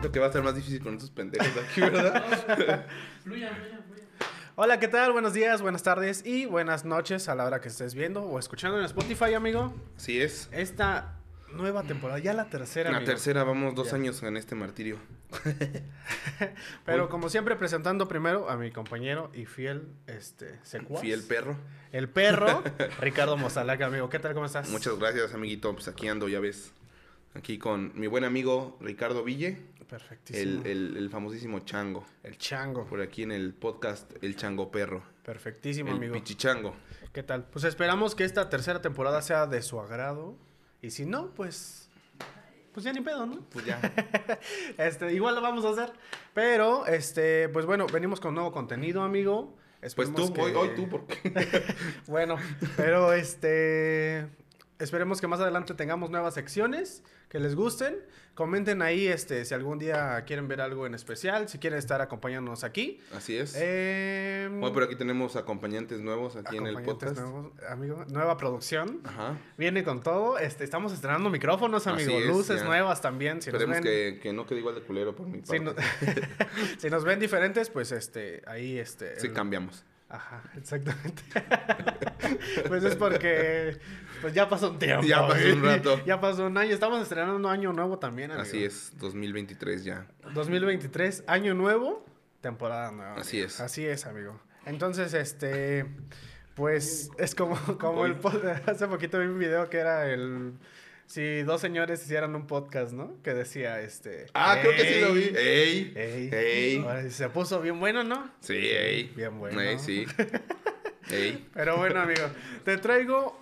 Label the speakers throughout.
Speaker 1: creo que va a ser más difícil con estos pendejos de aquí, ¿verdad?
Speaker 2: Fluyan, fluyan, fluyan.
Speaker 3: Hola, ¿qué tal? Buenos días, buenas tardes y buenas noches a la hora que estés viendo o escuchando en Spotify, amigo.
Speaker 1: Así es.
Speaker 3: Esta nueva temporada, ya la tercera.
Speaker 1: La
Speaker 3: amigo.
Speaker 1: tercera, vamos dos
Speaker 3: Ya.
Speaker 1: años en este martirio.
Speaker 3: Pero como siempre, presentando primero a mi compañero y fiel, este, secuaz.
Speaker 1: Fiel perro.
Speaker 3: El perro, Ricardo Mozalaca, amigo. ¿Qué tal? ¿Cómo estás?
Speaker 1: Muchas gracias, amiguito. Pues aquí ando, ya ves. Aquí con mi buen amigo Ricardo Ville,
Speaker 3: Perfectísimo.
Speaker 1: el,
Speaker 3: El,
Speaker 1: el- el famosísimo chango.
Speaker 3: chango.
Speaker 1: Por aquí en el podcast El Chango Perro.
Speaker 3: Perfectísimo,
Speaker 1: El
Speaker 3: amigo.
Speaker 1: Pichichango.
Speaker 3: ¿Qué tal? Pues esperamos que esta tercera temporada sea de su agrado. Y si no, pues. Pues ya ni pedo, ¿no?
Speaker 1: Pues ya.
Speaker 3: Este, igual lo vamos a hacer. Pero, este, pues bueno, venimos con nuevo contenido, amigo.
Speaker 1: Pues
Speaker 3: Esperemos
Speaker 1: tú,
Speaker 3: que-
Speaker 1: hoy, hoy tú, porque.
Speaker 3: Bueno, pero este. Esperemos que más adelante tengamos nuevas secciones que les gusten. Comenten ahí este, si algún día quieren ver algo en especial, si quieren estar acompañándonos aquí.
Speaker 1: Así es.
Speaker 3: Eh,
Speaker 1: Bueno, pero aquí tenemos acompañantes nuevos aquí en el
Speaker 3: acompañantes
Speaker 1: podcast.
Speaker 3: nuevos, amigo, nueva producción.
Speaker 1: Ajá.
Speaker 3: Viene con todo. Este, estamos estrenando micrófonos,
Speaker 1: Así
Speaker 3: amigo.
Speaker 1: es,
Speaker 3: Luces
Speaker 1: ya.
Speaker 3: nuevas también. Si nos
Speaker 1: Esperemos
Speaker 3: ven-
Speaker 1: que, que no quede igual de culero por mi parte.
Speaker 3: Si, no- si nos ven diferentes, pues este, ahí este.
Speaker 1: Sí,
Speaker 3: el-
Speaker 1: cambiamos.
Speaker 3: Ajá, exactamente. pues es porque pues ya pasó un tiempo.
Speaker 1: Ya pasó un
Speaker 3: güey.
Speaker 1: rato.
Speaker 3: Ya pasó un año. Estamos estrenando un año nuevo también, amigo.
Speaker 1: Así es, 2023 ya.
Speaker 3: 2023, año nuevo, temporada nueva.
Speaker 1: Así
Speaker 3: amigo.
Speaker 1: es.
Speaker 3: Así es, amigo. Entonces, este, pues es como, como el pod- hace poquito vi un video que era el si dos señores hicieran un podcast, ¿no? Que decía este.
Speaker 1: Ah, creo que sí lo vi.
Speaker 3: "Ey,
Speaker 1: ¡Ey!
Speaker 3: ey".
Speaker 1: ¡Ey!
Speaker 3: Ahora, Se puso bien bueno, ¿no?
Speaker 1: Sí, ey.
Speaker 3: Bien bueno.
Speaker 1: Ey, sí. ¡Ey!
Speaker 3: Pero bueno, amigo, te traigo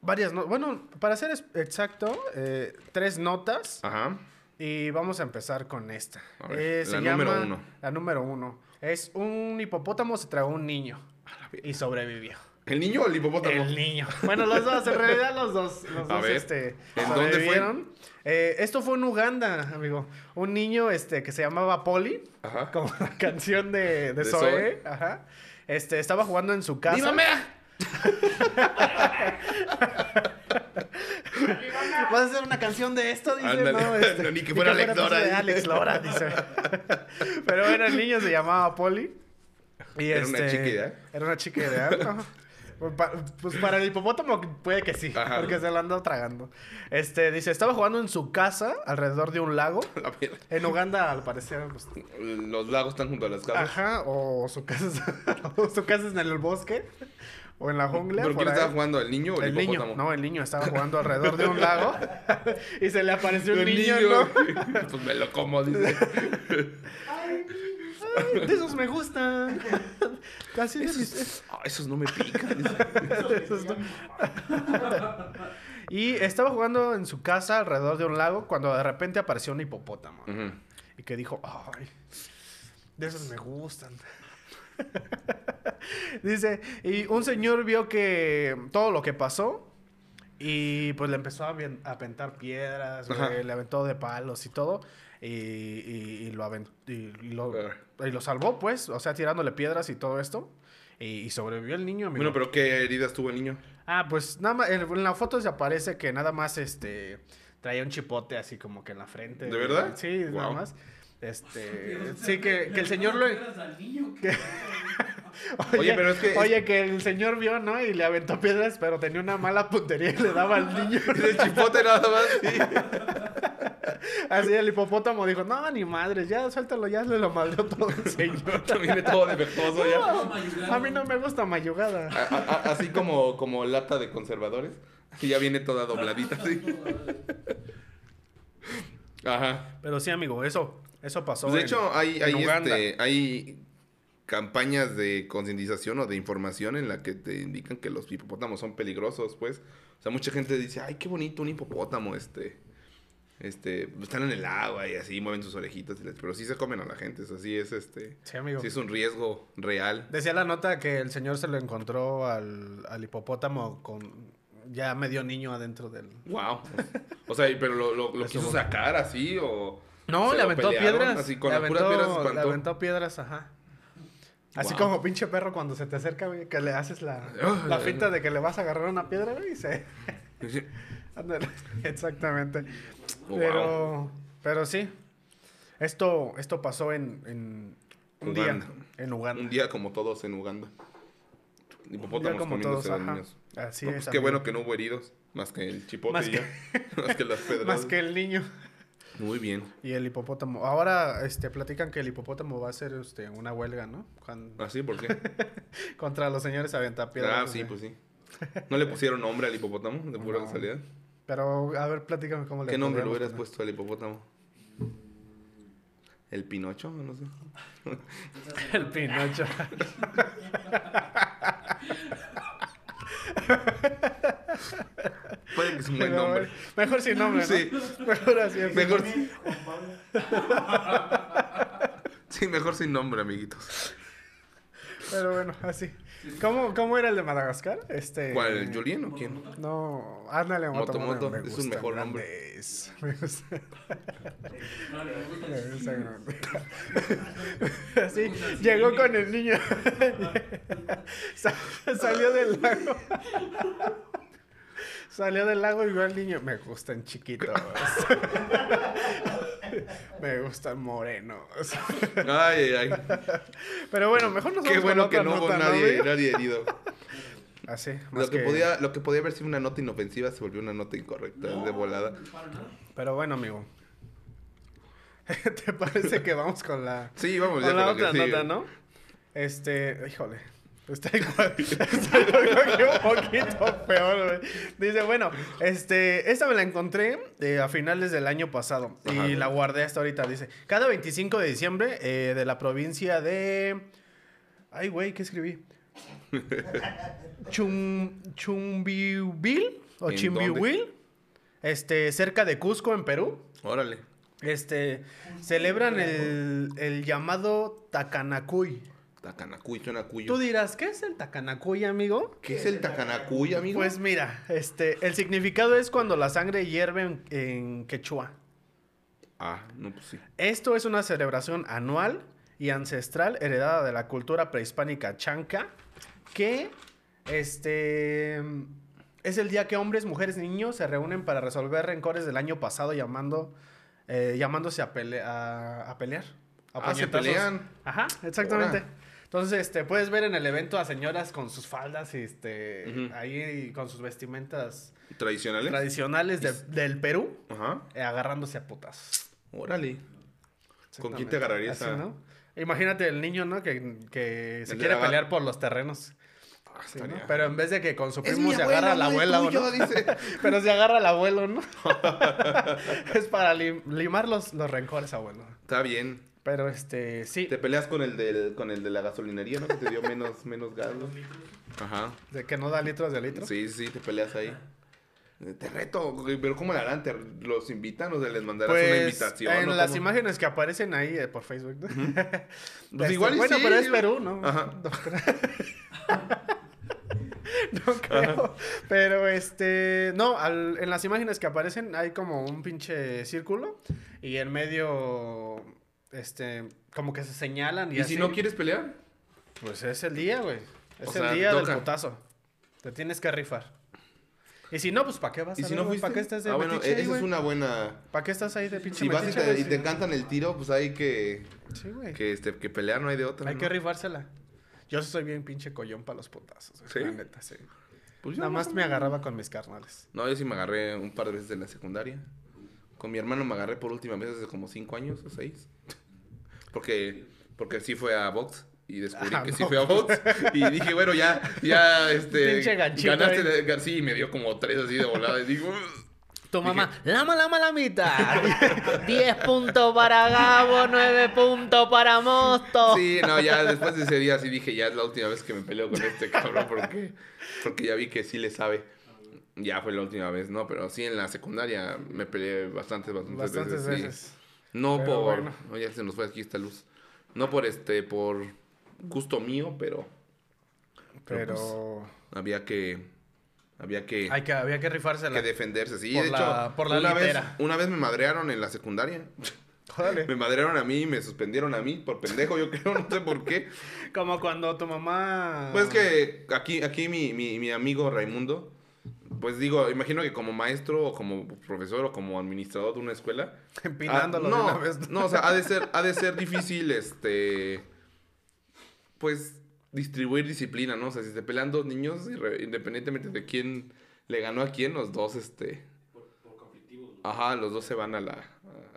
Speaker 3: varias notas. Bueno, para ser es- exacto, eh, tres notas.
Speaker 1: Ajá.
Speaker 3: Y vamos a empezar con esta.
Speaker 1: A ver,
Speaker 3: Eh,
Speaker 1: la número uno.
Speaker 3: La número uno. Es un hipopótamo se tragó un niño
Speaker 1: A la ver-
Speaker 3: y sobrevivió.
Speaker 1: ¿El niño o el hipopótamo?
Speaker 3: El niño. Bueno, los dos, en realidad los dos. Los
Speaker 1: A
Speaker 3: dos,
Speaker 1: ver,
Speaker 3: este,
Speaker 1: ¿en dónde fue?
Speaker 3: sobrevivieron. Eh, esto fue en Uganda, amigo. Un niño este, que se llamaba Polly,
Speaker 1: Ajá.
Speaker 3: como la canción de, de,
Speaker 1: De
Speaker 3: Zoe.
Speaker 1: Zoe.
Speaker 3: Ajá. Este, estaba jugando en su casa.
Speaker 1: ¡Dígame!
Speaker 3: ¿Vas a hacer una canción de esto? Dice,
Speaker 1: Ándale.
Speaker 3: no, este,
Speaker 1: No, ni que fuera Alex Lora,
Speaker 3: pues, de
Speaker 1: dice.
Speaker 3: Alex Lora, dice. Pero bueno, el niño se llamaba Polly. Y
Speaker 1: Era una
Speaker 3: este,
Speaker 1: chica ideal.
Speaker 3: Era una chica ideal, ¿no? Pues pa- Pues para el hipopótamo puede que sí,
Speaker 1: Ajá.
Speaker 3: porque se lo andó tragando. Este, dice, estaba jugando en su casa, alrededor de un lago.
Speaker 1: A ver,
Speaker 3: En Uganda, al parecer, pues,
Speaker 1: los lagos están junto a las casas.
Speaker 3: ajá, o su casa, es- o su casa es en el bosque, o en la jungla.
Speaker 1: ¿Pero
Speaker 3: por
Speaker 1: quién
Speaker 3: ahí.
Speaker 1: estaba jugando? ¿El niño o el,
Speaker 3: El niño,
Speaker 1: hipopótamo?
Speaker 3: no, el niño estaba jugando alrededor de un lago y se le apareció un
Speaker 1: El
Speaker 3: niño, ¿no?
Speaker 1: niño. Pues me lo como, dice.
Speaker 3: Ay, de esos me gustan. Así de mis-
Speaker 1: Esos, ah, esos no me pican. dice.
Speaker 3: de esos no. Y estaba jugando en su casa alrededor de un lago cuando de repente apareció un hipopótamo.
Speaker 1: Ujú.
Speaker 3: Y que dijo, ay, de esos me gustan. Dice, y un señor vio que todo lo que pasó y pues le empezó a, aven- a aventar piedras, güey,
Speaker 1: Ajá.
Speaker 3: le aventó de palos y todo. Y, y- y lo aven- y- y lo,
Speaker 1: Ah.
Speaker 3: y lo salvó, pues, o sea, tirándole piedras y todo esto. Y, y sobrevivió el niño, amigo.
Speaker 1: Bueno, pero ¿qué heridas tuvo el niño?
Speaker 3: Ah, pues nada más, en, en la foto se aparece que nada más este traía un chipote así como que en la frente.
Speaker 1: ¿De verdad?
Speaker 3: Sí, nada
Speaker 1: Guau.
Speaker 3: más. Este,
Speaker 2: Dios,
Speaker 3: sí, que,
Speaker 2: le
Speaker 3: que el señor lo...
Speaker 2: aventaron piedras al niño,
Speaker 3: que- Oye,
Speaker 1: Oye, pero es que-
Speaker 3: Oye, que el señor vio, ¿no? Y le aventó piedras, pero tenía una mala puntería y le daba al niño.
Speaker 1: El chipote nada más. sí.
Speaker 3: Así el hipopótamo dijo, no, ni madres, ya suéltalo, ya se lo maldeó todo el señor.
Speaker 1: Viene todo defectuoso ya.
Speaker 3: No, a mí no me gusta mayugada.
Speaker 1: A- a- a- así como, como lata de conservadores. Que ya viene toda dobladita. sí. Ajá.
Speaker 3: Pero sí, amigo, eso, eso pasó.
Speaker 1: Pues de
Speaker 3: en-
Speaker 1: hecho, hay,
Speaker 3: en
Speaker 1: hay,
Speaker 3: Uganda.
Speaker 1: este, hay campañas de concientización o de información en la que te indican que los hipopótamos son peligrosos, pues. O sea, mucha gente dice, ay, qué bonito un hipopótamo, este. Este, están en el agua y así mueven sus orejitas, y las- pero sí se comen a la gente, eso sí es este,
Speaker 3: Sí, amigo.
Speaker 1: sí es un riesgo real.
Speaker 3: Decía la nota que el señor se lo encontró al, al hipopótamo con ya medio niño adentro del...
Speaker 1: Wow. O sea, y- pero lo, lo, lo
Speaker 3: Eso
Speaker 1: quiso
Speaker 3: fue.
Speaker 1: sacar así o.
Speaker 3: No,
Speaker 1: se
Speaker 3: le
Speaker 1: lo
Speaker 3: aventó
Speaker 1: pelearon,
Speaker 3: piedras.
Speaker 1: Así con
Speaker 3: le,
Speaker 1: las puras
Speaker 3: aventó,
Speaker 1: piedras se
Speaker 3: le
Speaker 1: espantó.
Speaker 3: aventó piedras, ajá. Así
Speaker 1: Guau.
Speaker 3: como pinche perro cuando se te acerca, güey, que le haces la,
Speaker 1: Ah,
Speaker 3: la
Speaker 1: la-
Speaker 3: finta de que le vas a agarrar una piedra, güey, y se...
Speaker 1: Dice,
Speaker 3: ándale, Exactamente.
Speaker 1: Guau.
Speaker 3: Pero, pero sí. Esto, esto pasó en, en un
Speaker 1: Uganda.
Speaker 3: día. En Uganda.
Speaker 1: Un día como todos en Uganda.
Speaker 3: Un día
Speaker 1: Hipopótamos
Speaker 3: como
Speaker 1: comiéndose
Speaker 3: todos,
Speaker 1: a los
Speaker 3: ajá.
Speaker 1: niños.
Speaker 3: Así
Speaker 1: No,
Speaker 3: es.
Speaker 1: pues qué
Speaker 3: amigo.
Speaker 1: bueno que no hubo heridos. Más que el chipote
Speaker 3: Más
Speaker 1: y
Speaker 3: que-
Speaker 1: ya. más que las pedradas.
Speaker 3: Más que el niño.
Speaker 1: Muy bien.
Speaker 3: Y el hipopótamo. Ahora este, platican que el hipopótamo va a hacer este, una huelga, ¿no? Con-
Speaker 1: ¿Ah, sí? ¿Por qué?
Speaker 3: contra los señores
Speaker 1: ah,
Speaker 3: aventapiedras.
Speaker 1: sí,
Speaker 3: o sea.
Speaker 1: pues sí. ¿No le pusieron nombre al hipopótamo de pura
Speaker 3: No.
Speaker 1: casualidad?
Speaker 3: Pero, a ver, platícame cómo le
Speaker 1: ¿Qué nombre le
Speaker 3: podríamos poner.
Speaker 1: hubieras puesto al hipopótamo? ¿El Pinocho? No sé.
Speaker 3: El Pinocho.
Speaker 1: Puede que es un buen nombre.
Speaker 3: Mejor sin nombre, ¿no?
Speaker 1: Sí.
Speaker 3: Mejor así. así.
Speaker 1: Mejor,
Speaker 2: Juan Pablo.
Speaker 1: sí, mejor sin nombre, amiguitos.
Speaker 3: Pero bueno, así. ¿Cómo, ¿Cómo era el de Madagascar? Este...
Speaker 1: ¿Cuál? ¿El Julien o quién?
Speaker 3: No, ándale, Motomoto.
Speaker 1: Motomoto, es un mejor nombre.
Speaker 3: grandes. Me gusta,
Speaker 2: No, le gusta
Speaker 3: me
Speaker 2: el
Speaker 3: gusta
Speaker 2: chino.
Speaker 3: grande. Así, llegó con el niño. Sa- Salió del lago. Salió del lago y vio al niño. Me gustan chiquitos. Me gustan morenos.
Speaker 1: Ay, ay, ay.
Speaker 3: Pero bueno, mejor nos vamos
Speaker 1: Qué
Speaker 3: con
Speaker 1: bueno que
Speaker 3: otra
Speaker 1: no hubo
Speaker 3: nota,
Speaker 1: nadie,
Speaker 3: amigo?
Speaker 1: nadie herido.
Speaker 3: Así, más
Speaker 1: Lo que,
Speaker 3: que-
Speaker 1: podía, lo que podía haber sido una nota inofensiva se volvió una nota incorrecta
Speaker 2: No,
Speaker 1: de volada.
Speaker 2: para nada.
Speaker 3: Pero bueno, amigo. ¿Te parece que vamos con la,
Speaker 1: Sí, vamos ya
Speaker 3: Pues con la
Speaker 1: con lo que
Speaker 3: otra
Speaker 1: sigue.
Speaker 3: nota, no? Este, híjole. Está igual, está igual que un poquito peor, güey. Dice, bueno, este, esta me la encontré eh, a finales del año pasado y
Speaker 1: Ajá.
Speaker 3: la guardé hasta ahorita. Dice, cada 25 de diciembre eh, de la provincia de... Ay, güey, ¿qué escribí? Chum, Chumbiubil o
Speaker 1: ¿En
Speaker 3: Chimbiubil, este, cerca de Cusco, en Perú.
Speaker 1: Órale.
Speaker 3: Este, celebran el, el llamado Tacanacuy.
Speaker 1: Tacanacuy, suena cuyo.
Speaker 3: Tú dirás, ¿qué es el Tacanacuy, amigo?
Speaker 1: ¿Qué es el Tacanacuy, amigo?
Speaker 3: Pues mira, este, el significado es cuando la sangre hierve en, en quechua.
Speaker 1: Ah, no, pues sí.
Speaker 3: Esto es una celebración anual y ancestral heredada de la cultura prehispánica chanca, que este es el día que hombres, mujeres y niños se reúnen para resolver rencores del año pasado llamando, eh, llamándose a, pele- a- a pelear. A
Speaker 1: Ah, se
Speaker 3: puñetazos.
Speaker 1: pelean.
Speaker 3: Ajá, exactamente.
Speaker 1: Ora.
Speaker 3: Entonces, este, puedes ver en el evento a señoras con sus faldas y este,
Speaker 1: Ujú.
Speaker 3: ahí con sus vestimentas
Speaker 1: ¿Tradicionales?
Speaker 3: tradicionales de- del Perú
Speaker 1: Ajá.
Speaker 3: eh, agarrándose a putas.
Speaker 1: Órale. ¿Con quién te
Speaker 3: Exactamente.
Speaker 1: agarrarías
Speaker 3: Así,
Speaker 1: a-
Speaker 3: ¿no? Imagínate el niño, ¿no? Que, que se
Speaker 1: El de
Speaker 3: quiere
Speaker 1: la-
Speaker 3: pelear por los terrenos.
Speaker 1: Ah,
Speaker 3: Sí, ¿no?
Speaker 1: estaría-
Speaker 3: Pero en vez de que con su
Speaker 1: Es
Speaker 3: primo
Speaker 1: mi
Speaker 3: se agarra al
Speaker 1: no es
Speaker 3: abuela, ¿o
Speaker 1: tuyo,
Speaker 3: no?
Speaker 1: dice.
Speaker 3: Pero se agarra al abuelo, ¿no? es para lim- limar los, los rencores, abuelo.
Speaker 1: Está bien.
Speaker 3: Pero este, sí.
Speaker 1: Te peleas con el del, con el de la gasolinería, ¿no? Que te dio menos, menos gas. ¿no?
Speaker 2: Los litros.
Speaker 1: Ajá.
Speaker 3: De que no da litros de litro.
Speaker 1: Sí, sí, te peleas ahí. Eh, Te reto, güey, pero ¿cómo la harán? ¿Te- ¿Los invitan o se les mandarás una
Speaker 3: Pues
Speaker 1: invitación?
Speaker 3: en
Speaker 1: o
Speaker 3: las
Speaker 1: cómo?
Speaker 3: imágenes que aparecen ahí eh, por Facebook, ¿no?
Speaker 1: Pues
Speaker 3: Este,
Speaker 1: igual y
Speaker 3: bueno,
Speaker 1: sí,
Speaker 3: pero es
Speaker 1: digo.
Speaker 3: Perú, ¿no?
Speaker 1: Ajá.
Speaker 3: No creo. No creo. Pero este. No, al- en las imágenes que aparecen hay como un pinche círculo. Y en medio. Este. Como que se señalan. Y,
Speaker 1: ¿Y
Speaker 3: así.
Speaker 1: si no quieres pelear?
Speaker 3: Pues es el día, güey. Es
Speaker 1: O
Speaker 3: el
Speaker 1: sea,
Speaker 3: día
Speaker 1: toca.
Speaker 3: del putazo. Te tienes que rifar. Y si no, pues ¿para qué vas
Speaker 1: ¿Y
Speaker 3: a
Speaker 1: si
Speaker 3: ver,
Speaker 1: no
Speaker 3: güey?
Speaker 1: fuiste?
Speaker 3: ¿Para qué estás de
Speaker 1: ah, bueno,
Speaker 3: metiche ahí,
Speaker 1: esa es
Speaker 3: güey?
Speaker 1: una buena...
Speaker 3: ¿Para qué estás ahí de pinche
Speaker 1: Si vas y
Speaker 3: metiche,
Speaker 1: te,
Speaker 3: güey?
Speaker 1: y te cantan el tiro, pues hay que...
Speaker 3: Sí, güey.
Speaker 1: Que, este, que pelear no hay de otra,
Speaker 3: Hay
Speaker 1: ¿no?
Speaker 3: que rifársela. Yo soy bien pinche collón para los putazos. güey,
Speaker 1: ¿Sí?
Speaker 3: La neta, sí.
Speaker 1: Pues yo
Speaker 3: Nada
Speaker 1: no
Speaker 3: más
Speaker 1: soy-
Speaker 3: me agarraba con mis carnales.
Speaker 1: No, yo sí me agarré un par de veces en la secundaria. Con mi hermano me agarré por última vez hace como cinco años o seis. Porque, porque sí fue a box. Y descubrí
Speaker 3: Ah,
Speaker 1: que
Speaker 3: no.
Speaker 1: sí fue a box. Y dije, bueno, ya, ya, este.
Speaker 3: Pinche ganchito
Speaker 1: ganaste.
Speaker 3: ahí.
Speaker 1: de- gan- sí, y me dio como tres así de volada. Y digo,
Speaker 4: Tu mamá, lama, lama, la mitad. 10 puntos para Gabo, 9 puntos para Mosto.
Speaker 1: sí, no, ya después de ese día sí dije, ya es la última vez que me peleo con este cabrón. Porque, porque ya vi que sí le sabe. Ya fue la última vez, ¿no? Pero sí, en la secundaria me peleé bastantes, bastantes,
Speaker 3: Bastantes
Speaker 1: sí.
Speaker 3: veces.
Speaker 1: No
Speaker 3: Pero
Speaker 1: por.
Speaker 3: bueno.
Speaker 1: no, ya se nos fue aquí esta luz. No por este, por gusto mío, pero Pero, pues,
Speaker 3: Pero.
Speaker 1: había que. Había que,
Speaker 3: Hay que, había que rifársela.
Speaker 1: que defenderse. Sí,
Speaker 3: Por
Speaker 1: de
Speaker 3: la-
Speaker 1: hecho.
Speaker 3: por la
Speaker 1: una, vez,
Speaker 3: litera.
Speaker 1: una vez me madrearon en la secundaria.
Speaker 3: Órale.
Speaker 1: Me madrearon a mí, me suspendieron a mí por pendejo, yo creo, no sé por qué.
Speaker 3: Como cuando tu mamá.
Speaker 1: Pues que aquí, aquí mi, mi, mi amigo Raimundo Pues digo, imagino que como maestro o como profesor o como administrador de una escuela.
Speaker 3: Empinándolo
Speaker 1: ah,
Speaker 3: de
Speaker 1: no,
Speaker 3: una vez.
Speaker 1: no, o sea, ha de ser, ha de ser difícil, este. Pues distribuir disciplina, ¿no? O sea, si se pelean dos niños, irre- independientemente de quién le ganó a quién, los dos, este. Ajá, los dos se van a la.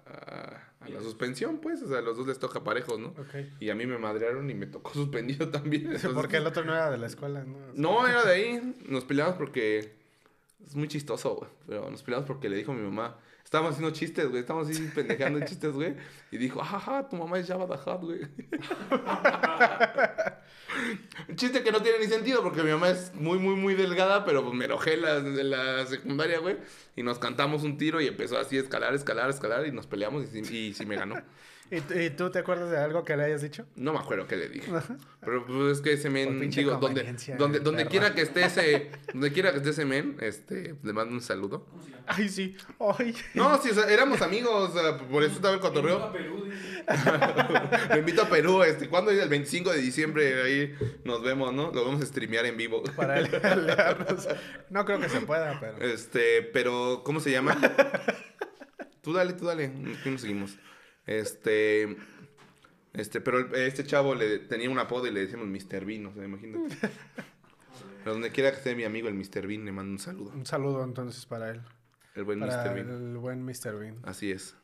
Speaker 1: a- a- a la suspensión, pues. O sea, a los dos les toca parejos, ¿no?
Speaker 3: Ok.
Speaker 1: Y a mí me madrearon y me tocó suspendido también. entonces- Mm.
Speaker 3: Porque el otro no era de la escuela, ¿no?
Speaker 1: no, era de ahí. Nos peleamos porque. Es muy chistoso, güey. Pero nos peleamos porque le dijo a mi mamá. Estábamos haciendo chistes, güey. Estábamos así pendejando en chistes, güey. Y dijo, ajaja, tu mamá es Java the Hutt, güey. Un chiste que no tiene ni sentido porque mi mamá es muy, muy, muy delgada, pero pues me enojé la- de la secundaria, güey. Y nos cantamos un tiro y empezó así a escalar, escalar, escalar. Y nos peleamos y sí, y sí me ganó.
Speaker 3: ¿Y, tú- y tú te acuerdas de algo que le hayas dicho?
Speaker 1: No me acuerdo qué le dije. Pero pues, es que ese
Speaker 3: Por
Speaker 1: men,
Speaker 3: pinche
Speaker 1: digo, donde,
Speaker 3: conveniencia, eh,
Speaker 1: donde,
Speaker 3: de
Speaker 1: donde
Speaker 3: verdad.
Speaker 1: quiera que esté ese, donde quiera que esté ese men, este, le mando un saludo.
Speaker 3: Ay, sí. Ay.
Speaker 1: No, sí, o sea, éramos amigos, o sea, por eso estaba el
Speaker 2: Iba a
Speaker 1: cotorreo.
Speaker 2: Perú, dice.
Speaker 1: Lo invito a Perú, este, ¿cuándo es? El 25 de diciembre, ahí nos vemos, ¿no? Lo vamos a streamear en vivo.
Speaker 3: Para aliarnos. No creo que se pueda, pero.
Speaker 1: Este, pero, ¿cómo se llama? tú dale, tú dale, aquí nos seguimos. Este, este, pero el- este chavo le tenía un apodo y le decíamos Mr. Bean, o sea, imagínate. Pero donde quiera que esté mi amigo, el Mr. Bean, le mando un saludo.
Speaker 3: Un saludo entonces para él.
Speaker 1: El buen
Speaker 3: para
Speaker 1: Mr. Bean.
Speaker 3: el buen Mr. Bean.
Speaker 1: Así es.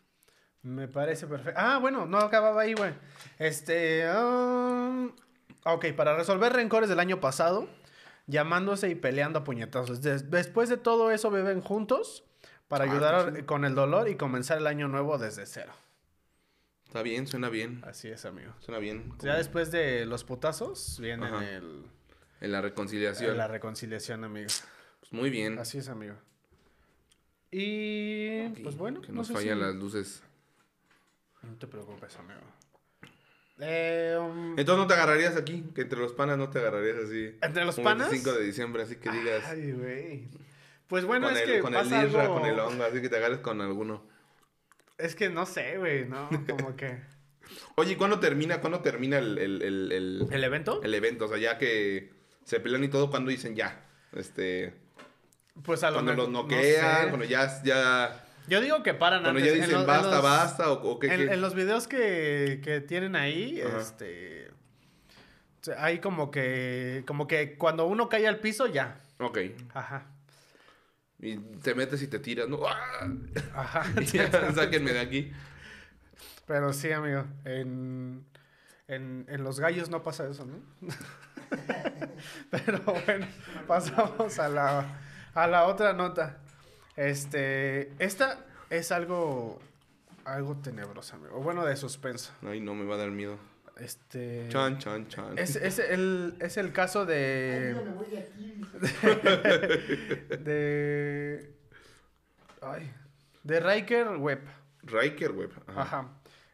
Speaker 3: Me parece perfecto. Ah, bueno, no acababa ahí, güey. Este. um, ok, para resolver rencores del año pasado, llamándose y peleando a puñetazos. Des- después de todo eso, beben juntos para
Speaker 1: Ah,
Speaker 3: ayudar
Speaker 1: qué chido.
Speaker 3: con el dolor y comenzar el año nuevo desde cero.
Speaker 1: Está bien, suena bien.
Speaker 3: Así es, amigo.
Speaker 1: Suena bien. como
Speaker 3: Ya después de los putazos, viene
Speaker 1: Ajá.
Speaker 3: el,
Speaker 1: En la reconciliación.
Speaker 3: la reconciliación, amigo.
Speaker 1: Pues muy bien.
Speaker 3: Así es, amigo. Y
Speaker 1: Y
Speaker 3: pues bueno,
Speaker 1: Que
Speaker 3: no
Speaker 1: nos
Speaker 3: sé
Speaker 1: fallan
Speaker 3: si-
Speaker 1: las luces.
Speaker 3: No te preocupes, amigo. Eh, um,
Speaker 1: Entonces no te agarrarías aquí, que entre los panas no te agarrarías así.
Speaker 3: ¿Entre los
Speaker 1: un
Speaker 3: panas?
Speaker 1: 25 de diciembre, así que digas.
Speaker 3: Ay, güey. Pues bueno,
Speaker 1: con
Speaker 3: es
Speaker 1: el,
Speaker 3: que
Speaker 1: con el
Speaker 3: pasa
Speaker 1: Isra,
Speaker 3: algo...
Speaker 1: con el hongo, así que te agarres con alguno.
Speaker 3: Es que no sé, güey, ¿no? Como que...
Speaker 1: Oye, ¿y cuándo termina, cuándo termina el, el, el, el-
Speaker 3: ¿El evento?
Speaker 1: el evento? O sea, ya que se pelean y todo, ¿cuándo dicen ya? Este,
Speaker 3: Pues a lo
Speaker 1: cuando
Speaker 3: mejor-
Speaker 1: los
Speaker 3: no
Speaker 1: noquean,
Speaker 3: sé.
Speaker 1: cuando ya, ya,
Speaker 3: Yo digo que paran
Speaker 1: cuando
Speaker 3: antes.
Speaker 1: ya
Speaker 3: En
Speaker 1: dicen
Speaker 3: los- en
Speaker 1: basta,
Speaker 3: los-
Speaker 1: basta, o, o qué,
Speaker 3: En,
Speaker 1: qué?
Speaker 3: en los videos que, que tienen ahí,
Speaker 1: Ajá.
Speaker 3: este... o sea, Hay como que... Como que cuando uno cae al piso, ya.
Speaker 1: Ok,
Speaker 3: Ajá.
Speaker 1: y te metes y te tiras, ¿no? ¡Ah!
Speaker 3: Ajá.
Speaker 1: Ya, Sáquenme de aquí.
Speaker 3: Pero sí, amigo. En, en, en los gallos no pasa eso, ¿no? Pero bueno, pasamos a la, a la otra nota. Este, esta es algo, algo tenebrosa, amigo. O bueno, de suspenso.
Speaker 1: Ay, no, me va a dar miedo.
Speaker 3: Este...
Speaker 1: Chan, chan, chan.
Speaker 3: Es, es el, es el caso
Speaker 5: Ay, yo me
Speaker 3: de...
Speaker 5: voy de aquí.
Speaker 2: Eh,
Speaker 5: dice.
Speaker 3: De... Ay. De Riker Webb.
Speaker 1: Riker, güey.
Speaker 3: Ajá.
Speaker 1: Ajá.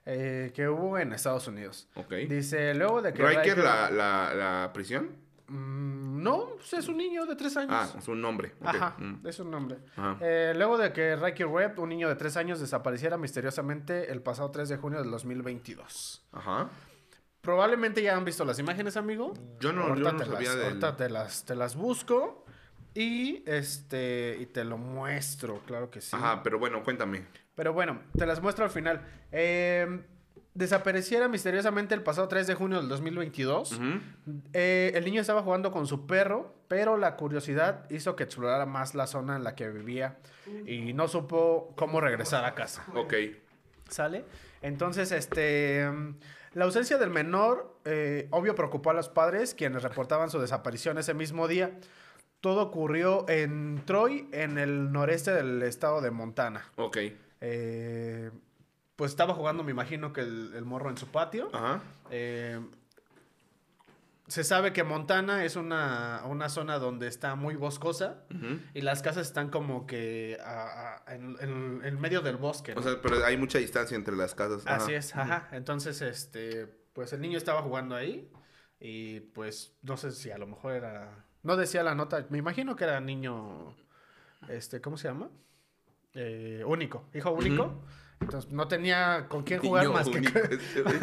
Speaker 3: Eh, que hubo en Estados Unidos.
Speaker 1: Ok.
Speaker 3: Dice, luego de que...
Speaker 1: Riker, la, la, la prisión.
Speaker 3: Mm, no, pues es un niño de tres años.
Speaker 1: Ah, es un nombre. ok,
Speaker 3: Ajá,
Speaker 1: mm,
Speaker 3: es un nombre.
Speaker 1: Ajá.
Speaker 3: Eh, luego de que Riker Webb, un niño de tres años, desapareciera misteriosamente el pasado 3 de junio del 2022.
Speaker 1: Ajá.
Speaker 3: Probablemente ya han visto las imágenes, amigo.
Speaker 1: Yo no- yo
Speaker 3: Ahorita
Speaker 1: no
Speaker 3: te
Speaker 1: sabía
Speaker 3: las,
Speaker 1: del-
Speaker 3: ahorita te las, te las busco y, este, y te lo muestro, claro que sí.
Speaker 1: Ajá, pero bueno, cuéntame.
Speaker 3: Pero bueno, te las muestro al final. Eh, desapareciera misteriosamente el pasado 3 de junio del 2022.
Speaker 1: Ujú.
Speaker 3: Eh, el niño estaba jugando con su perro, pero la curiosidad hizo que explorara más la zona en la que vivía y no supo cómo regresar a casa.
Speaker 1: Ok.
Speaker 3: ¿Sale? Entonces, este. mm, La ausencia del menor, eh, obvio, preocupó a los padres, quienes reportaban su desaparición ese mismo día. Todo ocurrió en Troy, en el noreste del estado de Montana.
Speaker 1: Ok.
Speaker 3: Eh, pues estaba jugando, me imagino que el, el morro en su patio.
Speaker 1: Ajá.
Speaker 3: Eh, se sabe que Montana es una, una zona donde está muy boscosa
Speaker 1: ujú.
Speaker 3: y las casas están como que a- a- en, en- en medio del bosque. ¿no?
Speaker 1: O sea, pero hay mucha distancia entre las casas. ajá.
Speaker 3: Así es, ajá. Entonces, este, pues el niño estaba jugando ahí y pues no sé si a lo mejor era... No decía la nota, me imagino que era niño, este, ¿cómo se llama? Eh, único, hijo único.
Speaker 1: Ujú.
Speaker 3: Entonces no tenía con quién
Speaker 1: Niño
Speaker 3: jugar más que...
Speaker 1: único, este güey.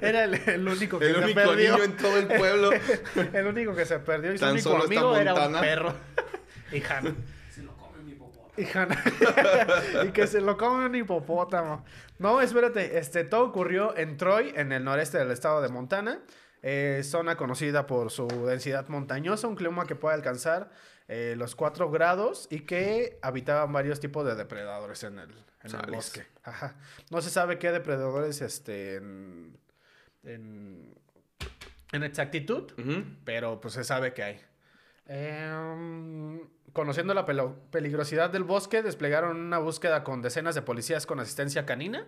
Speaker 3: Era el, el único que
Speaker 1: El
Speaker 3: se
Speaker 1: único
Speaker 3: perdió.
Speaker 1: niño en todo el pueblo.
Speaker 3: El único que se perdió y su
Speaker 1: Tan
Speaker 3: único
Speaker 1: solo está
Speaker 3: amigo era un
Speaker 1: Montana.
Speaker 3: perro. Y Hanna.
Speaker 2: Se lo come mi popota.
Speaker 3: Y Hanna. y que se lo come un hipopótamo. No, espérate. Este, todo ocurrió en Troy, en el noreste del estado de Montana. Eh, zona conocida por su densidad montañosa, un clima que puede alcanzar eh, los 4 grados y que habitaban varios tipos de depredadores en el, en el
Speaker 1: Sales.
Speaker 3: bosque. Ajá. No se sabe qué depredadores este, en, en, en exactitud,
Speaker 1: Ujú.
Speaker 3: pero pues se sabe que hay. Em, conociendo la pelo- peligrosidad del bosque, desplegaron una búsqueda con decenas de policías con asistencia canina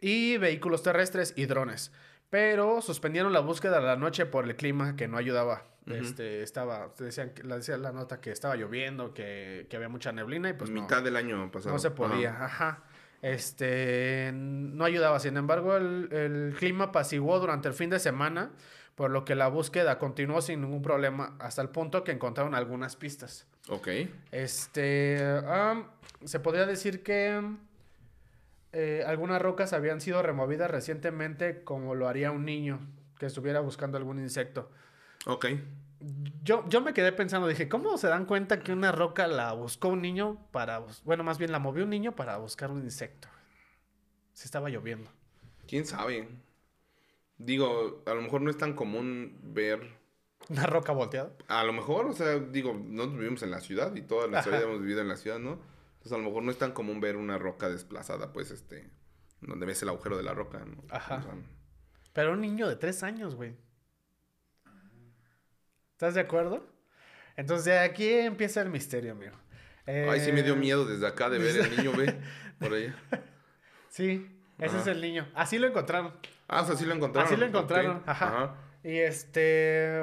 Speaker 3: y vehículos terrestres y drones. Pero suspendieron la búsqueda a la noche por el clima que no ayudaba.
Speaker 1: Ujú.
Speaker 3: Este estaba, decían, que- la, decía la nota que estaba lloviendo, que, que había mucha neblina y pues no.
Speaker 1: mitad del año pasado.
Speaker 3: No se podía,
Speaker 1: Ajá.
Speaker 3: ajá. Este, no ayudaba. Sin embargo, el, el clima apaciguó durante el fin de semana, por lo que la búsqueda continuó sin ningún problema, hasta el punto que encontraron algunas pistas.
Speaker 1: Ok.
Speaker 3: Este, am, se podría decir que eh, algunas rocas habían sido removidas recientemente, como lo haría un niño que estuviera buscando algún insecto.
Speaker 1: Ok.
Speaker 3: Yo, yo me quedé pensando, dije, ¿cómo se dan cuenta que una roca la buscó un niño para... bus- Bueno, más bien la movió un niño para buscar un insecto? Se estaba lloviendo.
Speaker 1: ¿Quién sabe? Digo, a lo mejor no es tan común ver.
Speaker 3: Una roca volteada.
Speaker 1: A lo mejor, o sea, digo, nosotros vivimos en la ciudad y toda la
Speaker 3: Ajá.
Speaker 1: historia hemos vivido en la ciudad, ¿no? Entonces a lo mejor no es tan común ver una roca desplazada, pues, este, donde ves el agujero de la roca, ¿no?
Speaker 3: Ajá.
Speaker 1: O sea,
Speaker 3: Pero un niño de tres años, güey. ¿Estás de acuerdo? Entonces, de aquí empieza el misterio, amigo.
Speaker 1: Ay, sí me dio
Speaker 3: Eh,
Speaker 1: miedo desde acá de ver el niño, ve, por ahí.
Speaker 3: Sí, ese es
Speaker 1: Ajá.
Speaker 3: el niño. Así lo encontraron.
Speaker 1: Ah, o sea, sí lo encontraron.
Speaker 3: Así lo
Speaker 1: ok.
Speaker 3: encontraron, ajá. Y este...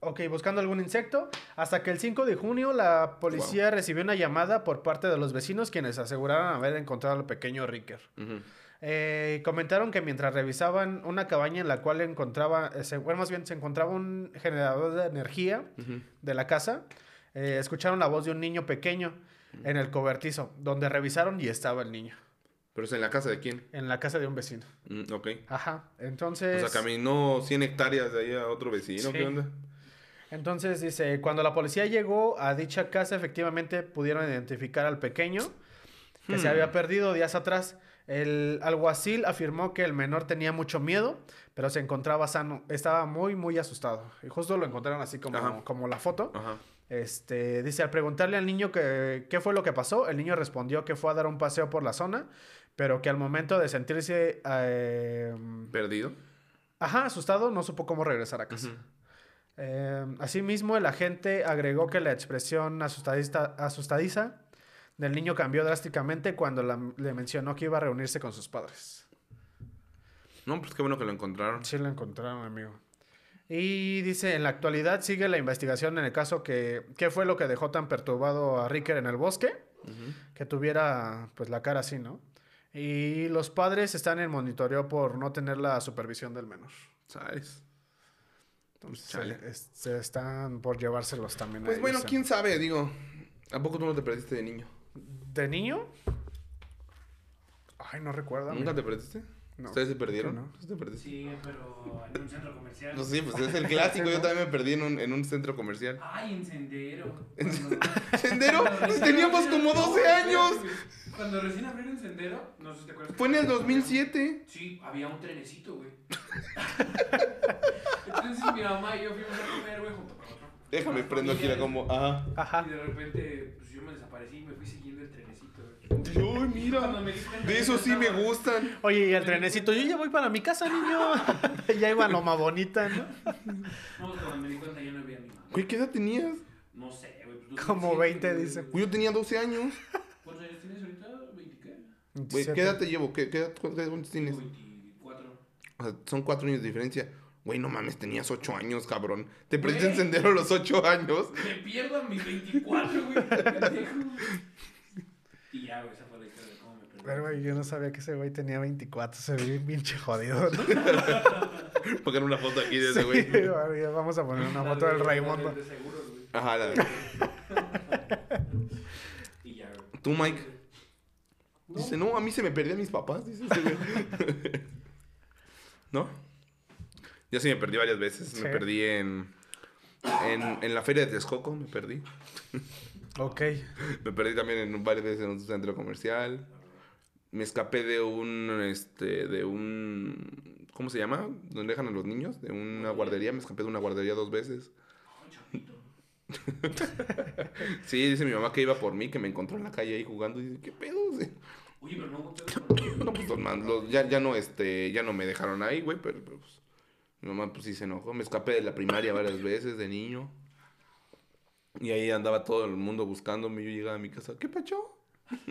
Speaker 3: Ok, buscando algún insecto. Hasta que el 5 de junio la policía recibió una llamada por parte de los vecinos quienes aseguraron haber encontrado al pequeño Ricker.
Speaker 1: Ujú.
Speaker 3: Eh, comentaron que mientras revisaban una cabaña en la cual encontraba, eh, se- bueno, más bien se encontraba un generador de energía
Speaker 1: Ujú.
Speaker 3: de la casa, eh, escucharon la voz de un niño pequeño en el cobertizo, donde revisaron y estaba el niño,
Speaker 1: Pero es en la casa de quién.
Speaker 3: en la casa de un vecino.
Speaker 1: Mm, ok.
Speaker 3: Ajá, entonces...
Speaker 1: O sea, caminó 100 hectáreas de ahí a otro vecino,
Speaker 3: Sí.
Speaker 1: ¿qué onda?
Speaker 3: Entonces dice, cuando la policía llegó a dicha casa, efectivamente pudieron identificar al pequeño que se
Speaker 1: Hmm.
Speaker 3: había perdido días atrás. El alguacil afirmó que el menor tenía mucho miedo, pero se encontraba sano. Estaba muy, muy asustado. Y justo lo encontraron así como,
Speaker 1: Ajá.
Speaker 3: como la foto.
Speaker 1: Ajá.
Speaker 3: Este, dice, al preguntarle al niño que, qué fue lo que pasó, el niño respondió que fue a dar un paseo por la zona, pero que al momento de sentirse... eh,
Speaker 1: Perdido.
Speaker 3: Ajá, asustado, no supo cómo regresar a casa. Eh, asimismo, el agente agregó que la expresión asustadista- asustadiza del niño cambió drásticamente cuando la- le mencionó que iba a reunirse con sus padres.
Speaker 1: No, pues qué bueno que lo encontraron.
Speaker 3: Sí lo encontraron, amigo. Y dice, en la actualidad sigue la investigación en el caso que... ¿Qué fue lo que dejó tan perturbado a Ricker en el bosque?
Speaker 1: Ujú.
Speaker 3: Que tuviera, pues, la cara así, ¿no? Y los padres están en monitoreo por no tener la supervisión del menor.
Speaker 1: ¿Sabes?
Speaker 3: Entonces,
Speaker 1: Chale.
Speaker 3: se- es- se están por llevárselos también. a
Speaker 1: Pues bueno,
Speaker 3: ellos, ¿eh?
Speaker 1: quién sabe, digo. ¿A poco tú no te perdiste de niño?
Speaker 3: ¿De niño? Ay, no recuerdo. amigo.
Speaker 1: ¿Nunca te perdiste?
Speaker 3: No,
Speaker 1: ¿Ustedes se
Speaker 3: creo que
Speaker 1: perdieron?
Speaker 3: no.
Speaker 1: ¿Ustedes te perdiste?
Speaker 2: Sí, pero en un centro comercial.
Speaker 1: No sé, pues es el clásico. Yo también me perdí en un, en un centro comercial.
Speaker 2: Ay, en Sendero.
Speaker 1: ¿Sendero? pues
Speaker 2: Cuando-
Speaker 1: Teníamos como 12 años.
Speaker 2: Cuando recién abrieron Sendero, no sé si te acuerdas.
Speaker 1: Fue en el 2007.
Speaker 2: Sí, había un trenecito, güey. Entonces mi mamá y yo fuimos a comer, güey, junto con otro.
Speaker 1: Déjame prendo aquí la como. Ajá.
Speaker 3: Ajá.
Speaker 2: Y de repente, pues yo me desaparecí y me fui siguiendo el trenecito, güey.
Speaker 1: Uy,
Speaker 2: Cuando
Speaker 1: mira.
Speaker 2: me di cuenta,
Speaker 1: De
Speaker 2: ya
Speaker 1: eso sí me
Speaker 2: estaba-
Speaker 1: gustan.
Speaker 3: Oye, y el trenecito, yo ya voy para mi casa, niño. ya iba Loma Bonita, ¿no?
Speaker 2: No, cuando me di cuenta ya no había mi mamá.
Speaker 1: Güey, ¿qué edad tenías?
Speaker 2: No sé, güey. pues,
Speaker 3: Como
Speaker 2: 2007,
Speaker 3: 20
Speaker 2: güey.
Speaker 3: dice.
Speaker 1: Güey, yo tenía 12 años.
Speaker 2: ¿Cuántos años tienes ahorita? ¿20 qué?
Speaker 1: Güey, ¿qué edad te llevo? ¿Qué, qué edad, cuántos- cuántos tienes?
Speaker 2: 24.
Speaker 1: O sea, son cuatro años de diferencia. Güey, no mames, tenías ocho años, cabrón. Te
Speaker 2: Güey.
Speaker 1: perdiste en sendero a los ocho años.
Speaker 2: Me pierdo a mis 24, güey. pendejo. Y ya, güey, esa fue la historia de cómo me perdí.
Speaker 3: Pero, güey, yo no sabía que ese güey tenía 24. Se ve bien pinche jodido, ¿no?
Speaker 1: Porque era una foto aquí de ese
Speaker 3: Sí,
Speaker 1: güey.
Speaker 3: vale, ya vamos a poner una
Speaker 2: La
Speaker 3: foto
Speaker 2: de-
Speaker 3: del
Speaker 2: la de-
Speaker 3: Raimundo.
Speaker 2: de seguro, güey.
Speaker 1: Ajá, la-
Speaker 2: Y ya, güey.
Speaker 1: ¿Tú, Mike? Dice, no, a mí se me perdió a mis papás, dice ese güey. ¿No? Yo sí me perdí varias veces.
Speaker 3: Sí.
Speaker 1: Me perdí en, En, en la feria de Texcoco me perdí.
Speaker 3: Ok.
Speaker 1: Me perdí también en varias veces en un centro comercial. Me escapé de un, este, de un, ¿cómo se llama? Donde dejan a los niños, de una guardería. Me escapé de una guardería dos veces. Sí, dice mi mamá que iba por mí, que me encontró en la calle ahí jugando. Y dice, ¿qué pedo? Sí.
Speaker 2: Oye, pero no contaron.
Speaker 1: No, pues los man- los- ya, ya no, este, ya no me dejaron ahí, güey, pero, pero, pues, mi mamá pues sí se enojó. Me escapé de la primaria varias veces de niño. Y ahí andaba todo el mundo buscándome. Yo llegaba a mi casa, ¿qué pacho?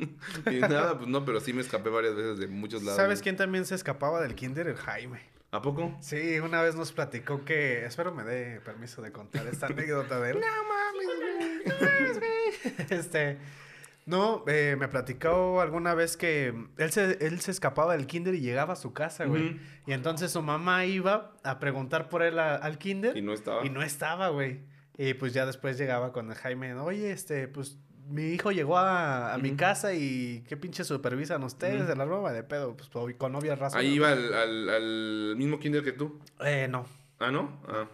Speaker 1: y nada, pues no, pero sí me escapé varias veces Pues de muchos lados.
Speaker 3: ¿Sabes
Speaker 1: güey.
Speaker 3: quién también se escapaba del kinder? El Jaime.
Speaker 1: ¿A poco?
Speaker 3: Sí, una vez nos platicó que... Espero me dé permiso de contar esta anécdota de él. Este... No, eh, me platicó alguna vez que él se, él se escapaba del kinder y llegaba a su casa, güey.
Speaker 1: Ujú.
Speaker 3: Y entonces su mamá iba a preguntar por él a- al kinder.
Speaker 1: Y no estaba.
Speaker 3: Y no estaba, güey. Y pues ya después llegaba con el Jaime, oye, este, pues mi hijo llegó a, a mi
Speaker 1: Ujú.
Speaker 3: casa y qué pinche supervisan ustedes,
Speaker 1: Ujú.
Speaker 3: de la broma de pedo, pues ob- con obvia razón.
Speaker 1: Ahí iba al, al- al mismo kinder que tú.
Speaker 3: Eh, no.
Speaker 1: Ah, ¿no? Ah,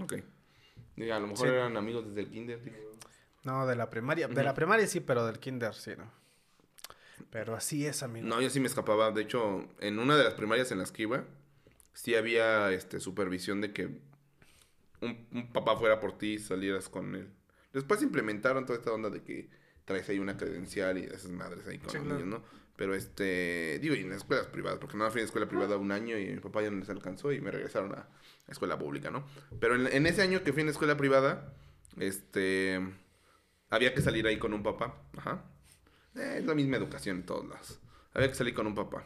Speaker 1: ok. Y a lo mejor
Speaker 3: Sí.
Speaker 1: eran amigos desde el kinder. dije.
Speaker 3: No, de la primaria. De la
Speaker 1: Ujú.
Speaker 3: primaria sí, pero del kinder sí, no. Pero así es, amigo.
Speaker 1: No, yo sí me escapaba. De hecho, en una de las primarias en las que iba, sí había este, supervisión de que un, un papá fuera por ti y salieras con él. Después implementaron toda esta onda de que traes ahí una credencial y esas madres ahí con
Speaker 3: Sí,
Speaker 1: los
Speaker 3: claro.
Speaker 1: niños, ¿no? Pero este, digo, y en las escuelas privadas, porque nada, fui a escuela privada un año y mi papá ya no les alcanzó y me regresaron a la escuela pública, ¿no? Pero en, en ese año que fui en la escuela privada, este, había que salir ahí con un papá, ajá. Eh, es la misma educación en todos lados. Había que salir con un papá.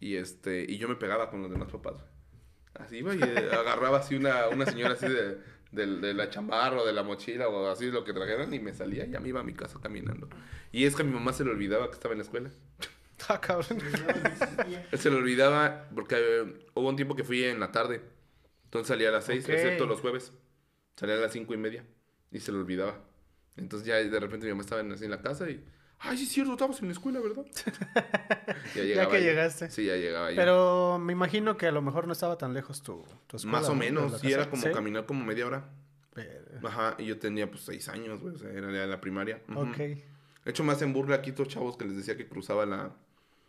Speaker 1: Y este, y yo me pegaba con los demás papás, güey. Así iba y eh, agarraba así una, una señora así de, del- de la chamarra o de la mochila o así lo que trajeran y me salía y ya me iba a mi casa caminando. Y es que a mi mamá se le olvidaba que estaba en la escuela.
Speaker 3: Ah, cabrón.
Speaker 1: Se le olvidaba porque eh, hubo un tiempo que fui en la tarde. Entonces salía a las seis,
Speaker 3: Ok.
Speaker 1: excepto los jueves. Salía a las cinco y media y se le olvidaba. Entonces ya de repente mi mamá estaba en- así en la casa y... Ay, sí es cierto, estábamos en la escuela, ¿verdad? ya
Speaker 3: que
Speaker 1: yo.
Speaker 3: llegaste.
Speaker 1: Sí, ya llegaba yo.
Speaker 3: Pero me imagino que a lo mejor no estaba tan lejos tu, tu escuela,
Speaker 1: Más o
Speaker 3: ¿no?
Speaker 1: menos,
Speaker 3: De
Speaker 1: y
Speaker 3: la
Speaker 1: era
Speaker 3: casa.
Speaker 1: como
Speaker 3: ¿Sí?
Speaker 1: caminar como media hora.
Speaker 3: Pero-
Speaker 1: Ajá, y yo tenía pues seis años, güey, o sea, era ya la primaria. Ujú.
Speaker 3: Ok.
Speaker 1: De hecho, más en burla aquí estos chavos que les decía que cruzaba la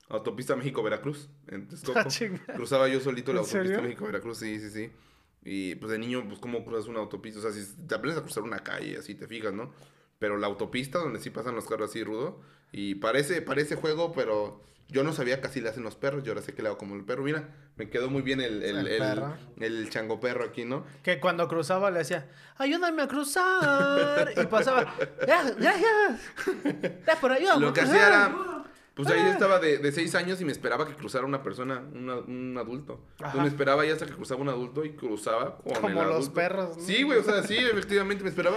Speaker 1: autopista México-Veracruz en Texcoco.
Speaker 3: Ah, chinga.
Speaker 1: cruzaba yo solito la
Speaker 3: ¿En
Speaker 1: autopista
Speaker 3: serio?
Speaker 1: México-Veracruz, sí, sí, sí. Y pues de niño, pues cómo cruzas una autopista, o sea, si te aprendes a cruzar una calle, así te fijas, ¿no? Pero la autopista donde sí pasan los carros así rudo, y parece, parece juego, pero yo no sabía casi le hacen los perros, yo ahora sé que le hago como el perro. Mira, me quedó muy bien el, el,
Speaker 3: El
Speaker 1: el-
Speaker 3: perro.
Speaker 1: el chango perro aquí, ¿no?
Speaker 3: Que cuando cruzaba le decía, ayúdame a cruzar. Y pasaba, "Gra- gracias. Gracias por ayudarme.
Speaker 1: Lo
Speaker 3: a
Speaker 1: que
Speaker 3: cruzar".
Speaker 1: hacía era. Pues ahí estaba de, de seis años y me esperaba que cruzara una persona, una- un adulto. Entonces
Speaker 3: Ajá.
Speaker 1: me esperaba ya hasta que cruzaba un adulto y cruzaba con
Speaker 3: Como
Speaker 1: el
Speaker 3: los
Speaker 1: adulto.
Speaker 3: perros, ¿no?
Speaker 1: Sí, güey, o sea, sí, efectivamente me esperaba.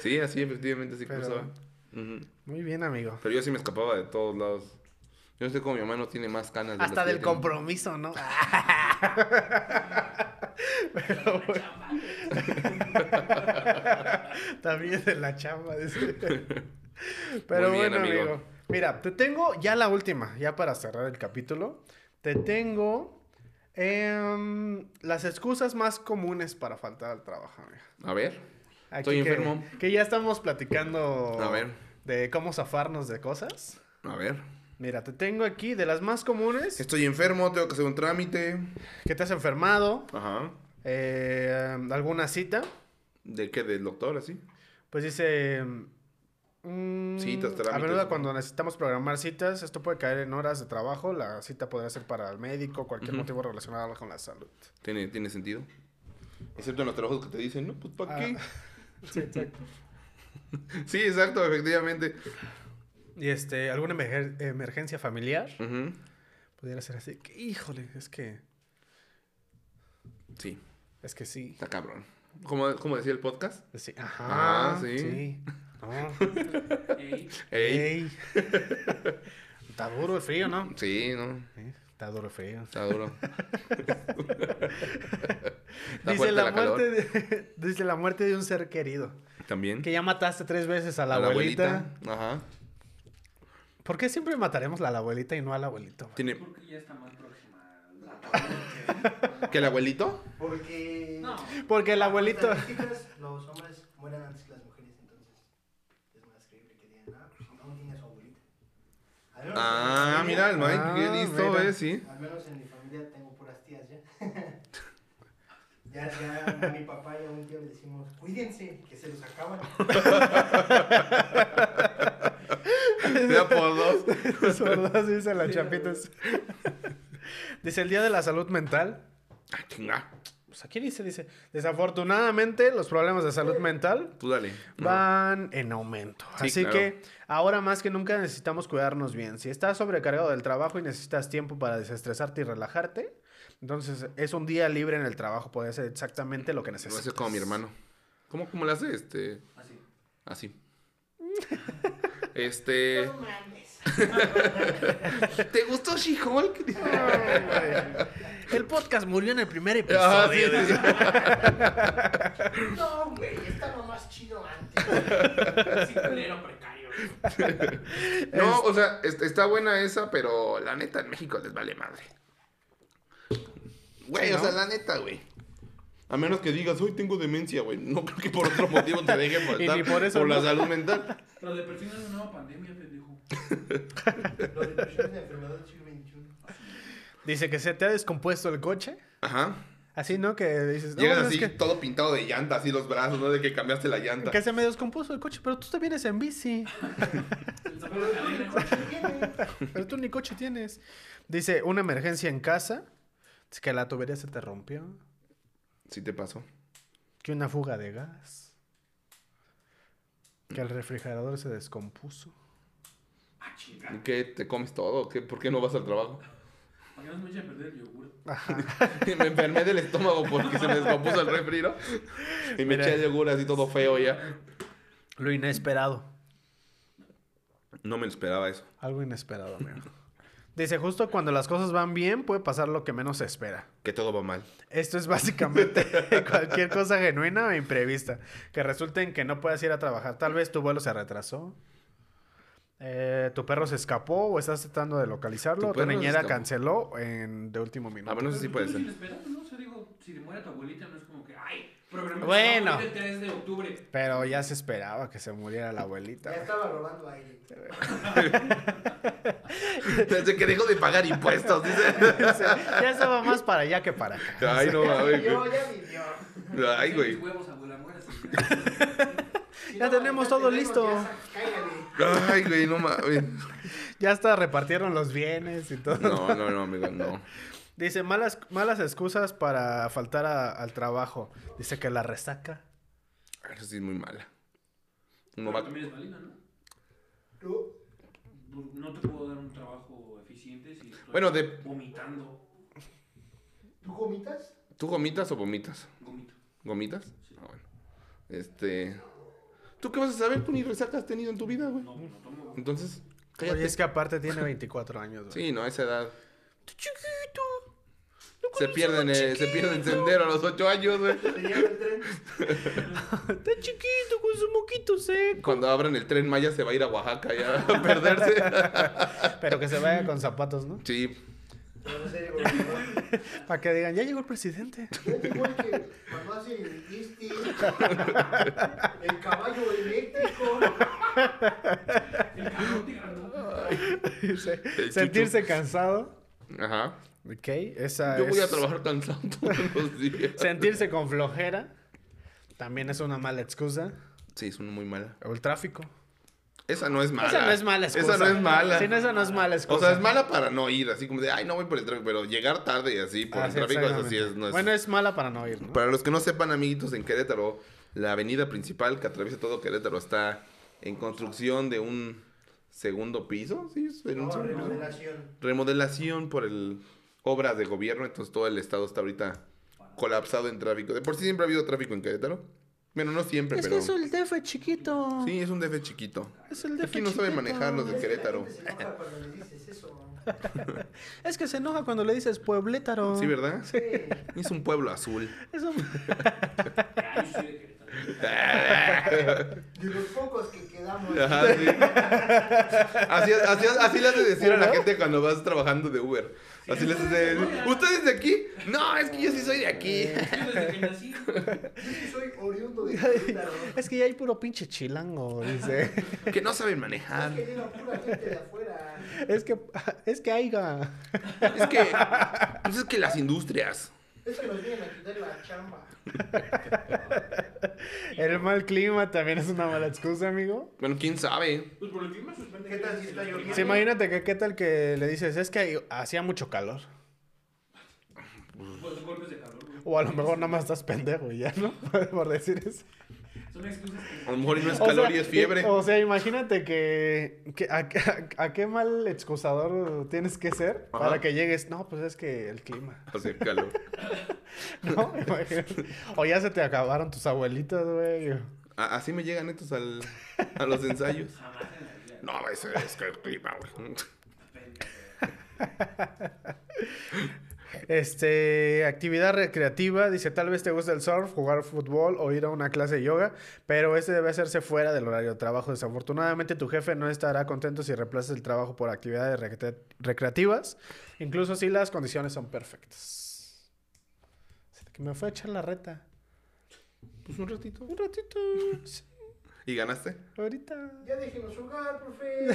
Speaker 1: Sí, así, efectivamente, así
Speaker 3: Pero-
Speaker 1: cruzaba. Ujú.
Speaker 3: Muy bien, amigo.
Speaker 1: Pero yo sí me escapaba de todos lados. Yo no sé cómo mi mamá no tiene más canas. de
Speaker 3: Hasta
Speaker 1: las que
Speaker 3: del
Speaker 1: yo tengo.
Speaker 3: compromiso, ¿no? También de la chamba. dice. Pero
Speaker 1: Muy bien,
Speaker 3: bueno, amigo.
Speaker 1: amigo.
Speaker 3: Mira, te tengo ya la última, ya para cerrar el capítulo. Te tengo em, las excusas más comunes para faltar al trabajo, amigo.
Speaker 1: A ver.
Speaker 3: Aquí
Speaker 1: Estoy
Speaker 3: que-
Speaker 1: enfermo.
Speaker 3: Que ya estamos platicando
Speaker 1: A ver.
Speaker 3: de cómo zafarnos de cosas.
Speaker 1: A ver.
Speaker 3: Mira, te tengo aquí de las más comunes
Speaker 1: Estoy enfermo, tengo que hacer un trámite.
Speaker 3: que te has enfermado,
Speaker 1: Ajá.
Speaker 3: eh, alguna cita.
Speaker 1: ¿De qué? ¿Del doctor, así?
Speaker 3: Pues dice... mm,
Speaker 1: Citas,
Speaker 3: A
Speaker 1: trámites.
Speaker 3: menudo cuando necesitamos programar citas, esto puede caer en horas de trabajo. La cita podría ser para el médico, cualquier
Speaker 1: Ujú.
Speaker 3: motivo relacionado con la salud.
Speaker 1: ¿Tiene, tiene sentido? Excepto en los trabajos que te dicen, no, pues ¿para
Speaker 3: Ah.
Speaker 1: qué?
Speaker 3: Sí, exacto.
Speaker 1: Sí, exacto, efectivamente.
Speaker 3: Y este, alguna emerger- emergencia familiar.
Speaker 1: Ujú.
Speaker 3: Pudiera ser así. que, híjole, es que...
Speaker 1: Sí,
Speaker 3: Es que sí.
Speaker 1: está cabrón. ¿Cómo, cómo decía el podcast?
Speaker 3: Sí, ajá.
Speaker 1: Ah, sí.
Speaker 3: No.
Speaker 2: Ey,
Speaker 1: Ey.
Speaker 3: ey. Está duro el frío, ¿no?
Speaker 1: Sí, no,
Speaker 3: Sí, Está duro el frío.
Speaker 1: está duro. Está
Speaker 3: Dice
Speaker 1: fuerte
Speaker 3: la,
Speaker 1: la calor.
Speaker 3: muerte de, dice la muerte de un ser querido.
Speaker 1: También.
Speaker 3: Que ya mataste tres veces a la, abuelita.
Speaker 1: Ajá.
Speaker 3: ¿Por qué siempre mataremos a la abuelita y no al abuelito? güey?
Speaker 1: Tiene,
Speaker 2: porque ya está más próxima. la
Speaker 1: ¿Que el abuelito?
Speaker 5: Porque.
Speaker 2: No.
Speaker 3: Porque el abuelito.
Speaker 5: Las estadísticas, Los hombres mueren antes que las mujeres, entonces. Es más creíble que digan, ah, pues no tiene a su abuelita. Al menos
Speaker 1: Ah,
Speaker 5: en mi
Speaker 1: mira, el Mike,
Speaker 3: Ah,
Speaker 1: qué listo,
Speaker 3: mira.
Speaker 1: ¿eh? Sí.
Speaker 5: familia- Al menos en mi familia tengo puras tías ya. Ya, ya a mi papá y a un tío le decimos, cuídense, que se los acaban.
Speaker 1: Ya por dos.
Speaker 3: Es verdad, sí, dice las chapitas. Dice el Día de la Salud Mental.
Speaker 1: Ah, chinga.
Speaker 3: Pues aquí dice, dice, desafortunadamente los problemas de salud mental
Speaker 1: Tú dale.
Speaker 3: van en aumento.
Speaker 1: Sí,
Speaker 3: Así
Speaker 1: claro.
Speaker 3: que ahora más que nunca necesitamos cuidarnos bien. Si estás sobrecargado del trabajo y necesitas tiempo para desestresarte y relajarte, entonces es un día libre en el trabajo, puede hacer exactamente lo que
Speaker 1: No
Speaker 3: necesitas.
Speaker 1: haces como mi hermano. ¿Cómo, cómo le hace? Este. Así.
Speaker 2: Así.
Speaker 1: Este. ¿Te gustó She-Hulk?
Speaker 3: El podcast murió en el primer episodio.
Speaker 1: Ah, sí, sí, sí.
Speaker 5: No, güey, estaba más chido antes.
Speaker 2: Así culero precario. güey.
Speaker 1: No, o sea, est- está buena esa, pero la neta en México les vale madre. Güey,
Speaker 3: Sí,
Speaker 1: o
Speaker 3: ¿no?
Speaker 1: sea, la neta, güey. A menos que digas, hoy tengo demencia, güey. No creo que por otro motivo te dejen faltar.
Speaker 3: ni por eso,
Speaker 1: la
Speaker 3: ¿no?
Speaker 1: salud mental.
Speaker 2: Pero de perfil no es una nueva pandemia, pendejo.
Speaker 5: Lo de depresión es la enfermedad del siglo XXI.
Speaker 3: Dice que se te ha descompuesto el coche.
Speaker 1: Ajá.
Speaker 3: Así, ¿no? Que dices, no,
Speaker 1: Llegas
Speaker 3: bueno,
Speaker 1: así,
Speaker 3: es que,
Speaker 1: todo pintado de llanta, así los brazos, ¿no? De que cambiaste la llanta.
Speaker 3: que se me descompuso el coche, pero tú te vienes en bici.
Speaker 2: Se sacó la cadena, güey.
Speaker 3: Pero tú ni coche tienes. Dice, una emergencia en casa. Dice que la tubería se te rompió.
Speaker 1: Sí te pasó.
Speaker 3: Que una fuga de gas. Que el refrigerador se descompuso.
Speaker 2: Ah, chinga.
Speaker 1: ¿Qué? ¿Te comes todo? ¿Qué? ¿Por qué no vas al trabajo?
Speaker 2: ¿Para qué no se me echen a perder el yogur?
Speaker 1: me enfermé del estómago porque se me descompuso el refri, ¿no? Y me
Speaker 3: Mira.
Speaker 1: eché yogur así todo feo ya.
Speaker 3: Lo inesperado.
Speaker 1: No me lo esperaba eso.
Speaker 3: Algo inesperado, amigo. Dice, justo cuando las cosas van bien, puede pasar lo que menos se espera.
Speaker 1: Que todo va mal.
Speaker 3: Esto es básicamente cualquier cosa genuina o imprevista que resulte en que no puedas ir a trabajar. Tal vez tu vuelo se retrasó, eh, tu perro se escapó o estás tratando de localizarlo,
Speaker 1: Tu
Speaker 3: o tu
Speaker 1: perro se
Speaker 3: niñera
Speaker 1: escapó.
Speaker 3: canceló en, de último
Speaker 1: A
Speaker 3: minuto.
Speaker 1: ver, no sé si puede ser.
Speaker 2: Pero tú eres inesperado, ¿no? O sea, digo, si te muere tu abuelita, no es como que, ay, programé que
Speaker 3: Bueno.
Speaker 2: se va a morir el 3 de octubre.
Speaker 3: Pero ya se esperaba que se muriera la
Speaker 5: Ya
Speaker 3: abuelita.
Speaker 5: estaba robando aire.
Speaker 1: Desde que dejó de pagar impuestos, dice.
Speaker 3: O sea, ya estaba más para allá que para acá.
Speaker 1: Ay, no, mames,
Speaker 5: Yo
Speaker 1: güey.
Speaker 5: ya vivió.
Speaker 1: Ay, güey.
Speaker 2: Mis huevos, abuela, muérase.
Speaker 5: Si
Speaker 3: Ya
Speaker 5: no,
Speaker 3: tenemos todo
Speaker 5: tenemos,
Speaker 3: listo.
Speaker 5: ya sa- Cáigale.
Speaker 1: Ay, güey, no mames.
Speaker 3: Ya hasta repartieron los bienes y todo.
Speaker 1: No, no, no, amigo, no.
Speaker 3: Dice, malas, malas excusas para faltar a- al trabajo. Dice que la resaca.
Speaker 1: Eso sí es muy mala. Uno
Speaker 2: No
Speaker 1: va.
Speaker 2: También es válida, ¿no? Pues,
Speaker 5: Tú,
Speaker 2: No te puedo dar un trabajo eficiente si estoy
Speaker 1: Bueno, de-
Speaker 2: vomitando.
Speaker 5: ¿Tú gomitas?
Speaker 1: ¿Tú gomitas o vomitas?
Speaker 2: Gomito.
Speaker 1: ¿Gomitas? Ah, bueno. Este. ¿Tú qué vas a saber? Tú ni resaca has tenido en tu vida, güey.
Speaker 2: No, no tomo.
Speaker 1: Entonces,
Speaker 3: Oye,
Speaker 1: cállate.
Speaker 3: es que aparte tiene 24 años. güey.
Speaker 1: Sí, no, a esa edad. Se pierden, eh, se pierden sendero a los ocho años, güey.
Speaker 5: Te lleva el tren.
Speaker 3: Está chiquito con su moquito seco.
Speaker 1: Cuando abran el tren Maya se va a ir a Oaxaca ya a perderse.
Speaker 3: Ah, Pero que se vaya con zapatos, ¿no?
Speaker 1: Sí,
Speaker 5: Pero no sé, gobernador.
Speaker 3: Para que digan, ya llegó el presidente.
Speaker 5: Ya llegó el que cuando hace el ISTI, el caballo eléctrico.
Speaker 2: El cabrón te
Speaker 3: Se-
Speaker 2: ganó.
Speaker 1: Eh,
Speaker 3: sentirse cansado.
Speaker 1: ajá.
Speaker 3: Ok, esa
Speaker 1: Yo voy a
Speaker 3: es-
Speaker 1: trabajar cansado todos los días.
Speaker 3: Sentirse con flojera. También es una mala excusa.
Speaker 1: Sí, es una muy mala.
Speaker 3: O el tráfico.
Speaker 1: Esa no es mala.
Speaker 3: Esa no es mala excusa.
Speaker 1: Esa no es mala.
Speaker 3: Sí, no, esa no es mala excusa.
Speaker 1: O sea, es mala para no ir, así como de, ay, no voy por el tráfico, pero llegar tarde y así por
Speaker 3: Ah,
Speaker 1: el
Speaker 3: sí,
Speaker 1: tráfico, eso sí
Speaker 3: exactamente.
Speaker 1: es, no es.
Speaker 3: Bueno, es mala para no ir, ¿no?
Speaker 1: Para los que no sepan, amiguitos, en Querétaro, la avenida principal que atraviesa todo Querétaro está en construcción de un segundo piso, ¿sí? es en un
Speaker 5: No,
Speaker 1: segundo piso.
Speaker 5: remodelación.
Speaker 1: remodelación por el obras de gobierno, entonces todo el estado está ahorita colapsado en tráfico. De por sí siempre ha habido tráfico en Querétaro. Bueno, no siempre, pero
Speaker 4: el DF chiquito.
Speaker 1: sí es un DF chiquito.
Speaker 4: Es el
Speaker 1: Aquí no saben manejar los de Querétaro.
Speaker 5: La gente se enoja cuando le dices eso.
Speaker 4: Es que se enoja cuando le dices pueblétaro.
Speaker 1: Sí, ¿verdad?
Speaker 5: Sí.
Speaker 1: Es un pueblo azul.
Speaker 4: Eso-
Speaker 2: Ay, Ah, yo soy de Querétaro.
Speaker 5: De los pocos que quedaron. ayudamos.
Speaker 1: Ajá, sí. Así, así, así le has de decir a la gente cuando vas trabajando de Uber. Así les has de decir, ¿ustedes de aquí? No, es que yo sí soy de aquí.
Speaker 2: Yo desde que nací.
Speaker 5: Yo sí soy oriundo de Querétaro.
Speaker 3: Es que ya hay puro pinche chilango, dice.
Speaker 1: Que no saben
Speaker 5: Es
Speaker 1: manejar.
Speaker 5: que llega pura gente de afuera.
Speaker 3: Es que, es que aiga.
Speaker 1: Es que, pues es que las industrias.
Speaker 5: Es que nos vienen a quitar la chamba.
Speaker 3: El mal clima también es una mala excusa, amigo.
Speaker 1: Bueno, quién sabe.
Speaker 2: Pues por el clima suspende.
Speaker 5: ¿Qué tal si está lloviendo?
Speaker 3: Sí, imagínate que qué tal que le dices, es que hacía mucho calor.
Speaker 2: Pues, golpes de calor, güey.
Speaker 3: O a lo mejor nada más estás pendejo y ya, ¿no? Por decir eso.
Speaker 2: Son excusas que.
Speaker 1: A lo mejor y no es
Speaker 3: O sea,
Speaker 1: calor y es fiebre.
Speaker 3: O sea, imagínate que, que a, a- a qué mal excusador tienes que ser
Speaker 1: Ajá.
Speaker 3: para que llegues. No, pues es que el clima.
Speaker 1: Hace calor.
Speaker 3: ¿No? Imagínate. O ya se te acabaron tus abuelitas, güey.
Speaker 1: A- así me llegan estos al, a los ensayos.
Speaker 2: Jamás en la vida.
Speaker 1: No, es, es que el clima, güey.
Speaker 2: Pendejo.
Speaker 3: Este, actividad recreativa, dice, tal vez te gusta el surf, jugar fútbol o ir a una clase de yoga, pero este debe hacerse fuera del horario de trabajo. Desafortunadamente tu jefe no estará contento si reemplazas el trabajo por actividades recre- recreativas, incluso si las condiciones son perfectas. Se te- que Me fue a echar la reta.
Speaker 1: Pues un ratito.
Speaker 3: Un ratito, sí,
Speaker 1: ¿Y ganaste?
Speaker 3: ahorita.
Speaker 5: Ya déjenos jugar, profe.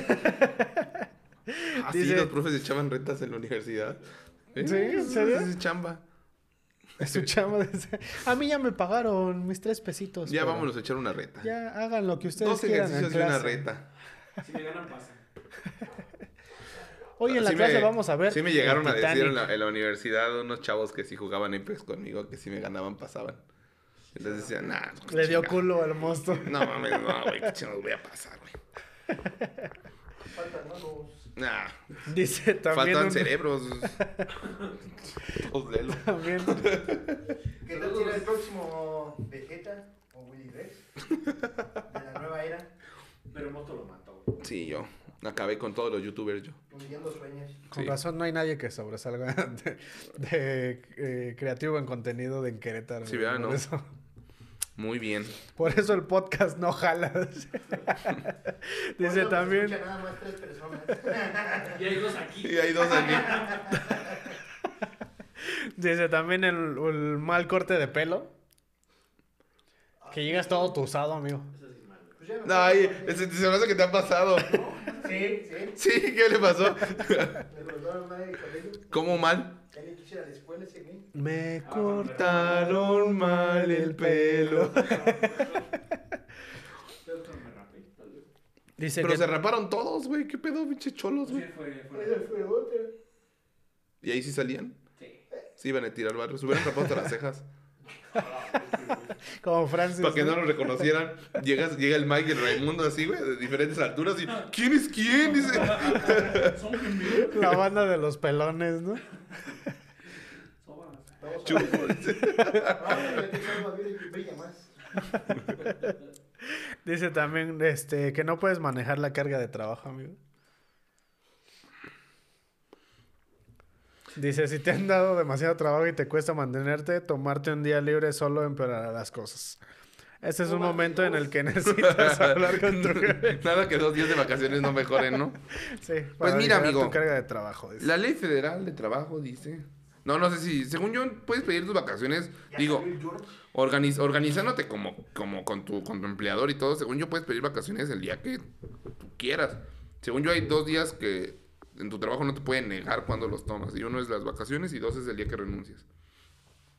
Speaker 1: Así
Speaker 3: Dice-
Speaker 1: Ah, los profes echaban retas en la universidad.
Speaker 3: ¿Sí? ¿En serio?
Speaker 1: Es chamba.
Speaker 3: Es su chama de ser- A mí ya me pagaron mis tres pesitos. Pues
Speaker 1: Ya
Speaker 3: pero-
Speaker 1: vámonos a echar una reta.
Speaker 3: Ya hagan lo que ustedes
Speaker 1: Dos
Speaker 3: quieran. en
Speaker 1: ejercicios y una
Speaker 3: clase.
Speaker 1: reta.
Speaker 2: Si me ganan, pasa.
Speaker 3: Hoy en la
Speaker 1: Sí me-
Speaker 3: clase vamos a ver.
Speaker 1: Sí me llegaron
Speaker 3: el
Speaker 1: a decir en
Speaker 3: Titanic.
Speaker 1: la, en la universidad unos chavos que si jugaban Apex conmigo, que si me ganaban, pasaban. Entonces decían, nah.
Speaker 3: Le dio
Speaker 1: chingada.
Speaker 3: culo al monstruo.
Speaker 1: No mames, no, güey, que chingados voy a pasar, güey.
Speaker 5: Faltan manos.
Speaker 1: Nah,
Speaker 3: Dice también.
Speaker 1: faltan
Speaker 3: un-
Speaker 1: cerebros. Todos delos.
Speaker 3: también-
Speaker 5: ¿Qué tal será el próximo Vegeta o Willy Rex? De la nueva era,
Speaker 2: Pero Moto lo mató, güey.
Speaker 1: Sí, yo. Acabé con todos los youtubers yo.
Speaker 5: cumpliendo sueños.
Speaker 3: Con
Speaker 1: Sí.
Speaker 3: razón no hay nadie que sobresalga de, de, eh, creativo en contenido de en Querétaro.
Speaker 1: Sí,
Speaker 3: güey,
Speaker 1: ¿verdad?
Speaker 3: por
Speaker 1: No.
Speaker 3: Eso,
Speaker 1: Muy bien.
Speaker 3: por eso el podcast no jala. Dice
Speaker 5: Hoy no
Speaker 3: también.
Speaker 5: pues, escucha nada más tres personas. Pues
Speaker 2: Y hay dos aquí.
Speaker 1: Y hay dos aquí.
Speaker 3: Dice también el, el mal corte de pelo. Que llegas todo tusado, amigo.
Speaker 2: Eso sí es malo.
Speaker 5: Pues ya me
Speaker 1: Ay,
Speaker 5: acuerdo.
Speaker 1: ese- se me hace que te ha pasado.
Speaker 5: Sí, sí.
Speaker 1: Sí, ¿qué le pasó?
Speaker 5: ¿eh? Me cortaron madre de cabello.
Speaker 1: ¿Cómo mal?
Speaker 5: Ya ni quise ir a la escuela ese güey.
Speaker 3: Me
Speaker 1: cortaron mal el pelo.
Speaker 2: Pero cuando me rapé, tal vez.
Speaker 3: Dice
Speaker 1: Pero
Speaker 3: que-
Speaker 1: se raparon todos, güey. ¿Qué pedo, pinche cholos,
Speaker 2: Pues sí,
Speaker 1: güey?
Speaker 2: fue,
Speaker 5: Esa
Speaker 2: fue.
Speaker 5: fue otra.
Speaker 1: Y ahí sí salían.
Speaker 2: Sí.
Speaker 1: Sí, iban a tirar barrio. Se hubieran rapado hasta las cejas.
Speaker 3: como Francis.
Speaker 1: Para que
Speaker 3: ¿no?
Speaker 1: no los reconocieran. Llegas, llega el Mike y el Raimundo así, güey, de diferentes alturas. Y, ¿quién es quién? Dice.
Speaker 2: Son primeros.
Speaker 3: La banda de los pelones, ¿no?
Speaker 2: Sobras.
Speaker 5: Vamos a ver.
Speaker 1: Chupo, dice.
Speaker 5: Vamos a ver qué salva vida y brilla más.
Speaker 3: Dice también este que no puedes manejar la carga de trabajo, amigo. Dice, si te han dado demasiado trabajo y te cuesta mantenerte, tomarte un día libre solo empeorará las cosas. Este es un
Speaker 5: No mames,
Speaker 3: momento en el que necesitas hablar con tu jefe.
Speaker 1: Nada que dos días de vacaciones no mejoren, ¿no?
Speaker 3: Sí, para
Speaker 1: mira,
Speaker 3: aligerar
Speaker 1: amigo.
Speaker 3: tu carga de trabajo. dice.
Speaker 1: La ley federal de trabajo dice. No, no sé si. Según yo, puedes pedir tus vacaciones.
Speaker 5: Ya
Speaker 1: Digo,
Speaker 5: salió el George.
Speaker 1: organiz- organizándote como, como con, tu, con tu empleador y todo. Según yo, puedes pedir vacaciones el día que tú quieras. Según yo, hay dos días que en tu trabajo no te pueden negar cuando los tomas. Y uno es las vacaciones y dos es el día que renuncias.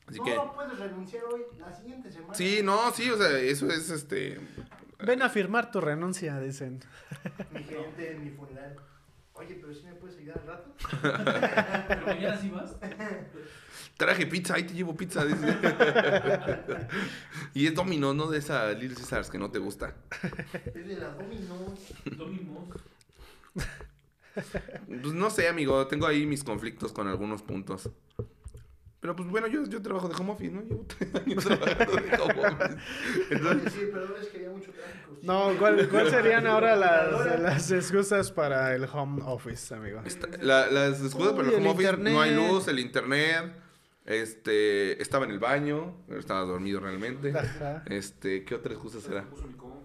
Speaker 1: Así
Speaker 5: No,
Speaker 1: que.
Speaker 5: no puedes renunciar hoy, la siguiente semana.
Speaker 1: Sí, no, sí, o sea, eso es este.
Speaker 3: Ven a firmar tu renuncia, dicen.
Speaker 5: Mi gerente en mi funeral. Oye, pero si me puedes ayudar al rato.
Speaker 2: Pero mañana sí vas.
Speaker 1: Traje pizza, ahí te llevo pizza. dice. y es Domino's, no de esa Little Caesars que no te gusta.
Speaker 5: Es de las dominos.
Speaker 2: Domimos.
Speaker 1: Pues no sé, amigo, tengo ahí mis conflictos con algunos puntos. Pero pues bueno, yo, yo trabajo de home office, ¿no? Llevo tres años trabajando de home office.
Speaker 5: Oye,
Speaker 1: Entonces,
Speaker 5: sí, perdón, es que había mucho tráfico. sí.
Speaker 3: No, ¿cuál, cuál serían ahora las, las excusas para el home office, amigo?
Speaker 1: está- la- las excusas para
Speaker 3: Uy,
Speaker 1: el home
Speaker 3: el
Speaker 1: office, no hay
Speaker 3: internet.
Speaker 1: luz, el internet, este, estaba en el baño, pero estaba dormido realmente.
Speaker 3: Ajá.
Speaker 1: Este, ¿qué otra excusa
Speaker 2: Se
Speaker 1: será?
Speaker 2: puso mi compu.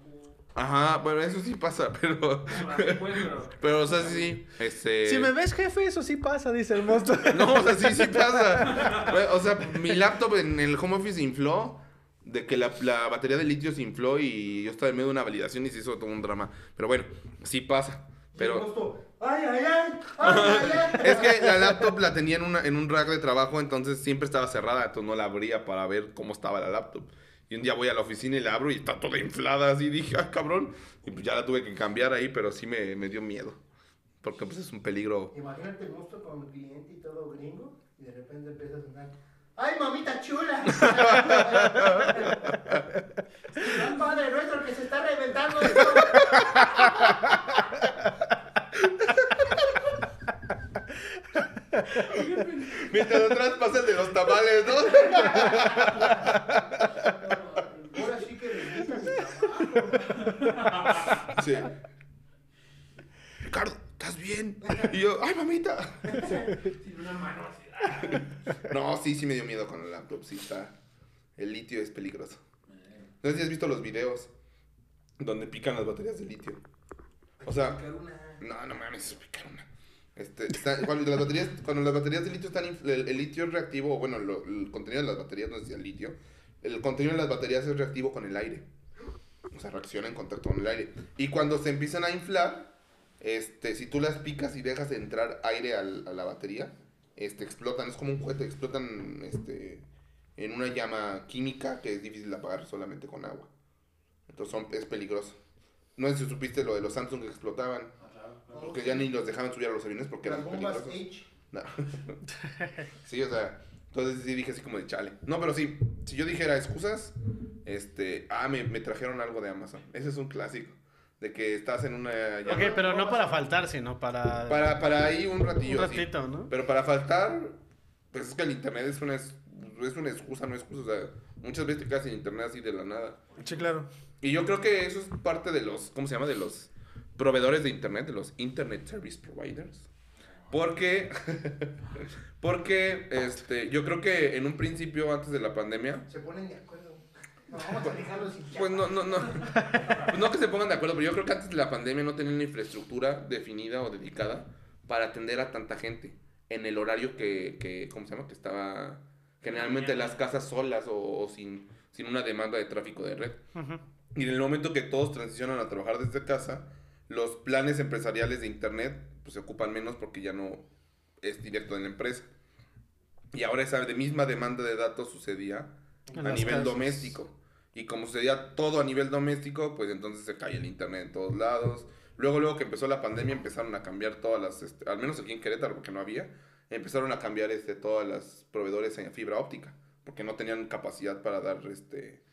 Speaker 1: Ajá, bueno, eso sí pasa, pero.
Speaker 2: Bueno, así pues, pero-
Speaker 1: Pero, o sea, sí. Este...
Speaker 4: Si me ves, jefe, eso sí pasa, dice el monstruo.
Speaker 1: No, o sea, sí, sí pasa. O sea, mi laptop en el home office se infló. De que la, la batería de litio se infló y yo estaba en medio de una validación y se hizo todo un drama. Pero bueno, sí pasa.
Speaker 5: Y el
Speaker 1: Pero
Speaker 5: monstruo, ¡Ay, ay, ay! ¡Ay, ay, ay!
Speaker 1: es que la laptop la tenía en, una, en un rack de trabajo, entonces siempre estaba cerrada, entonces no la abría para ver cómo estaba la laptop. Y un día voy a la oficina y la abro y está toda inflada, así dije, ah, cabrón. Y pues ya la tuve que cambiar ahí, pero sí me, me dio miedo. Porque pues es un peligro.
Speaker 5: Imagínate el monstruo con un cliente y todo gringo y de repente empieza a sonar. ¡Ay, mamita chula! ¡Gran padre nuestro que se está reventando! de todo".
Speaker 1: Mientras atrás pasa el de los tamales, ¿no?
Speaker 5: Ahora sí que regresa mi trabajo.
Speaker 1: Sí. Ricardo, ¿estás bien? Y yo, ay, mamita.
Speaker 2: Sin una mano así. ah.
Speaker 1: No, sí, sí me dio miedo con el laptop, sí está. El litio es peligroso. No sé si has visto los videos donde pican las baterías de litio. O sea,
Speaker 5: Sacar una-
Speaker 1: no, no mames, picar una. Este, está- cuando, las baterías, cuando las baterías de litio están. inf- El, el litio es reactivo, o bueno, lo- el contenido de las baterías no es el litio. El contenido de las baterías es reactivo con el aire. O sea, reacciona en contacto con el aire. Y cuando se empiezan a inflar, este, si tú las picas y dejas entrar aire al- a la batería, este, explotan, es como un cohete, explotan este, en una llama química que es difícil de apagar solamente con agua. Entonces son- es peligroso. No sé si supiste lo de los Samsung que explotaban.
Speaker 2: Ah, claro, claro.
Speaker 1: Porque ya ni los dejaban subir a los aviones porque
Speaker 5: Las
Speaker 1: eran
Speaker 5: bombas
Speaker 1: peligrosos.
Speaker 5: H.
Speaker 1: No. sí, o sea, entonces sí dije así como de chale. No, pero sí, si yo dijera excusas, este, ah, me, me trajeron algo de Amazon. Ese es un clásico. De que estás en una
Speaker 4: ok,
Speaker 1: llama-
Speaker 4: pero no para faltar, sino para.
Speaker 1: para, para ahí un
Speaker 4: un
Speaker 1: ratillo. así.
Speaker 4: ratito, ¿no?
Speaker 1: Pero para faltar, pues es que el internet es una, es es una excusa, no excusa. O sea, muchas veces te quedas sin internet así de la nada.
Speaker 4: Sí, claro.
Speaker 1: Y yo creo que eso es parte de los, ¿cómo se llama? De los proveedores de internet, de los internet service providers. Porque, porque, este, yo creo que en un principio antes de la pandemia,
Speaker 5: Se ponen de acuerdo. No, vamos a dejarlo sin
Speaker 1: pues no, no, no, pues no que se pongan de acuerdo, pero yo creo que antes de la pandemia no tenían una infraestructura definida o dedicada para atender a tanta gente en el horario que, que ¿cómo se llama? Que estaba generalmente las casas solas o, o sin, sin una demanda de tráfico de red.
Speaker 4: Ujú.
Speaker 1: Y en el momento que todos transicionan a trabajar desde casa, los planes empresariales de Internet pues, se ocupan menos porque ya no es directo en la empresa. Y ahora esa de misma demanda de datos sucedía
Speaker 4: En
Speaker 1: a
Speaker 4: las
Speaker 1: nivel
Speaker 4: casas.
Speaker 1: doméstico. Y como sucedía todo a nivel doméstico, pues entonces se cae el Internet en todos lados. Luego, luego que empezó la pandemia, empezaron a cambiar todas las, este, al menos aquí en Querétaro, porque no había, empezaron a cambiar este, todas las proveedores en fibra óptica, porque no tenían capacidad para dar este,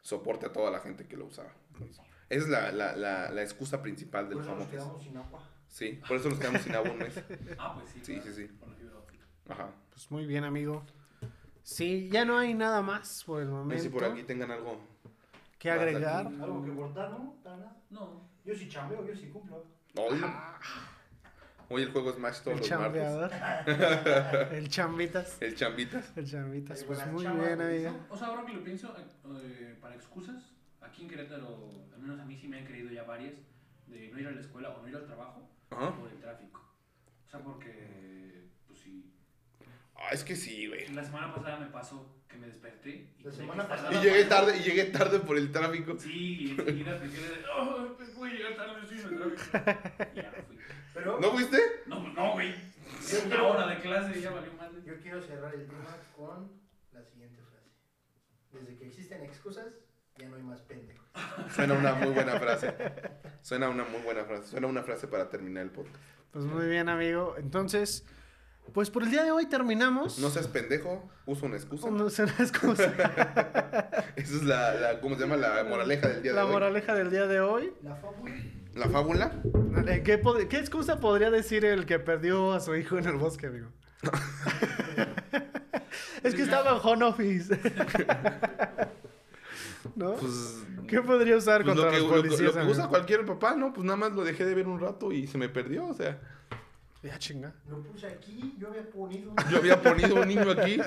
Speaker 1: soporte a toda la gente que lo usaba. Entonces, esa es la, la, la, la excusa principal del
Speaker 5: Por eso nos
Speaker 1: famoso.
Speaker 5: quedamos sin agua.
Speaker 1: Sí, por eso nos quedamos sin agua un mes.
Speaker 2: Ah, pues sí.
Speaker 1: Sí,
Speaker 2: claro,
Speaker 1: sí, sí.
Speaker 2: con la fibra óptica.
Speaker 1: Ajá.
Speaker 4: Pues muy bien, amigo. Sí, ya no hay nada más por el
Speaker 1: No
Speaker 4: momento.
Speaker 1: sé si por aquí tengan algo.
Speaker 4: ¿Qué
Speaker 1: más
Speaker 4: agregar?
Speaker 1: aquí.
Speaker 5: Algo que cortar, ¿no? Nada.
Speaker 2: No.
Speaker 5: Yo sí chambeo, yo sí cumplo.
Speaker 1: Hoy, hoy el juego es Smash todos
Speaker 4: El
Speaker 1: los martes.
Speaker 4: chambeador. el chambitas.
Speaker 1: El chambitas.
Speaker 4: El chambitas.
Speaker 5: Hay
Speaker 4: Pues
Speaker 5: buenas
Speaker 4: muy
Speaker 5: chamas,
Speaker 4: bien,
Speaker 5: ¿no?
Speaker 4: amigo.
Speaker 2: O sea, ahora que lo pienso, eh, eh, para excusas, aquí en Querétaro, al menos a mí sí me han creído ya varias, de no ir a la escuela o no ir al trabajo
Speaker 1: Ajá.
Speaker 2: por el tráfico. O sea, porque, pues sí.
Speaker 1: Ah, es que sí, güey.
Speaker 2: La semana pasada me pasó que me desperté. Y
Speaker 5: La
Speaker 2: tenía
Speaker 5: semana
Speaker 2: que estar-
Speaker 1: Y llegué tarde, y llegué tarde por el tráfico.
Speaker 2: Sí, y enseguida me quedé de, oh, pues voy a llegar tarde, estoy en el tráfico. Y ya no fui.
Speaker 5: Pero
Speaker 1: ¿No fuiste?
Speaker 2: No, pues no, güey. Es una hora de clase y ya valió madre.
Speaker 5: yo quiero cerrar el tema con la siguiente frase. Desde que existen excusas, ya no hay más pendejos.
Speaker 1: Suena una muy buena frase. Suena una muy buena frase. Suena una frase para terminar el podcast.
Speaker 4: Pues muy bien, amigo. Entonces, pues por el día de hoy terminamos.
Speaker 1: No seas pendejo, usa una excusa.
Speaker 4: No sé las cosas.
Speaker 1: Esa es la, la- ¿cómo se llama? La moraleja del día de
Speaker 4: La
Speaker 1: hoy.
Speaker 4: moraleja del día de hoy.
Speaker 5: La fábula.
Speaker 1: La fábula.
Speaker 4: Eh, ¿Qué, pod- qué excusa podría decir el que perdió a su hijo en el bosque, amigo? es que estaba en home office. ¿No?
Speaker 1: Pues,
Speaker 4: ¿Qué podría usar
Speaker 1: pues lo
Speaker 4: contra
Speaker 1: que,
Speaker 4: los
Speaker 1: lo-
Speaker 4: policías?
Speaker 1: lo que
Speaker 4: amigo?
Speaker 1: usa cualquier papá, ¿no? Pues nada más lo dejé de ver un rato y se me perdió, o sea.
Speaker 4: Ya chinga.
Speaker 5: Lo puse aquí, yo había ponido.
Speaker 1: Yo había ponido un niño aquí.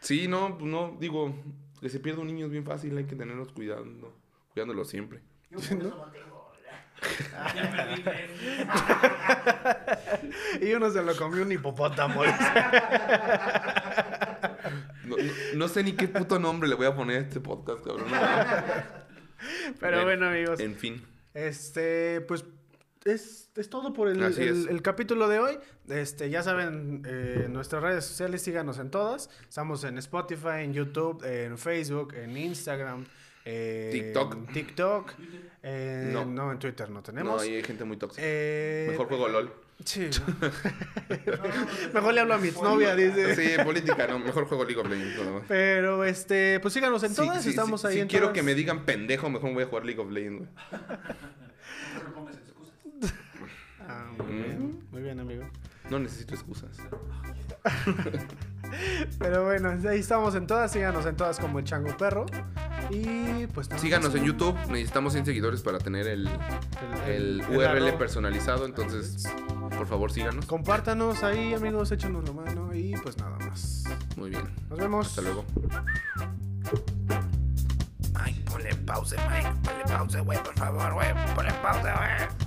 Speaker 1: Sí, no, pues no, digo, que se pierda un niño es bien fácil, hay que tenerlos cuidando, cuidándolo siempre.
Speaker 5: Yo por eso no tengo.
Speaker 2: Ya perdí tres.
Speaker 3: Y uno se lo comió un hipopótamo.
Speaker 1: No, no- no sé ni qué puto nombre le voy a poner a este podcast, cabrón.
Speaker 3: Pero
Speaker 1: Bien.
Speaker 3: bueno, amigos.
Speaker 1: En fin.
Speaker 3: Este, pues es, es todo por el,
Speaker 1: Así
Speaker 3: el-
Speaker 1: es.
Speaker 3: el capítulo de hoy. Este, ya saben, eh, nuestras redes sociales, síganos en todas. Estamos en Spotify, en YouTube, en Facebook, en Instagram, en
Speaker 1: TikTok.
Speaker 3: TikTok, eh,
Speaker 1: No.
Speaker 3: no. en Twitter no
Speaker 1: No,
Speaker 3: tenemos.
Speaker 1: ahí hay gente muy tóxica.
Speaker 3: Eh,
Speaker 1: Mejor juego LOL.
Speaker 3: sí.
Speaker 5: No,
Speaker 3: Mejor le hablo a mi novia, dice.
Speaker 1: Sí, política, no. Mejor juego League of Legends. nada más.
Speaker 3: Pero este, pues síganos en
Speaker 1: Sí,
Speaker 3: todas,
Speaker 1: sí,
Speaker 3: estamos
Speaker 1: sí,
Speaker 3: ahí
Speaker 1: Si
Speaker 3: en
Speaker 1: quiero
Speaker 3: todas.
Speaker 1: que me digan pendejo, mejor me voy a jugar League of Legends, güey.
Speaker 2: No pongas excusas.
Speaker 3: Ah, muy,
Speaker 1: Mm.
Speaker 3: bien. muy bien, amigo.
Speaker 1: No necesito excusas.
Speaker 3: Pero bueno, ahí estamos en todas, síganos en todas como el chango perro. Y pues nada
Speaker 1: Síganos
Speaker 3: más.
Speaker 1: en YouTube. Necesitamos 100 seguidores para tener el, el
Speaker 3: el
Speaker 1: URL
Speaker 3: aro.
Speaker 1: personalizado. Entonces, por favor, síganos.
Speaker 3: Compártanos ahí, amigos, échanos la mano y pues nada más.
Speaker 1: Muy bien.
Speaker 3: Nos vemos.
Speaker 1: Hasta luego.
Speaker 6: Ay, ponle pausa, Mike. Ponle pausa, güey, por favor, güey. Ponle pausa, güey.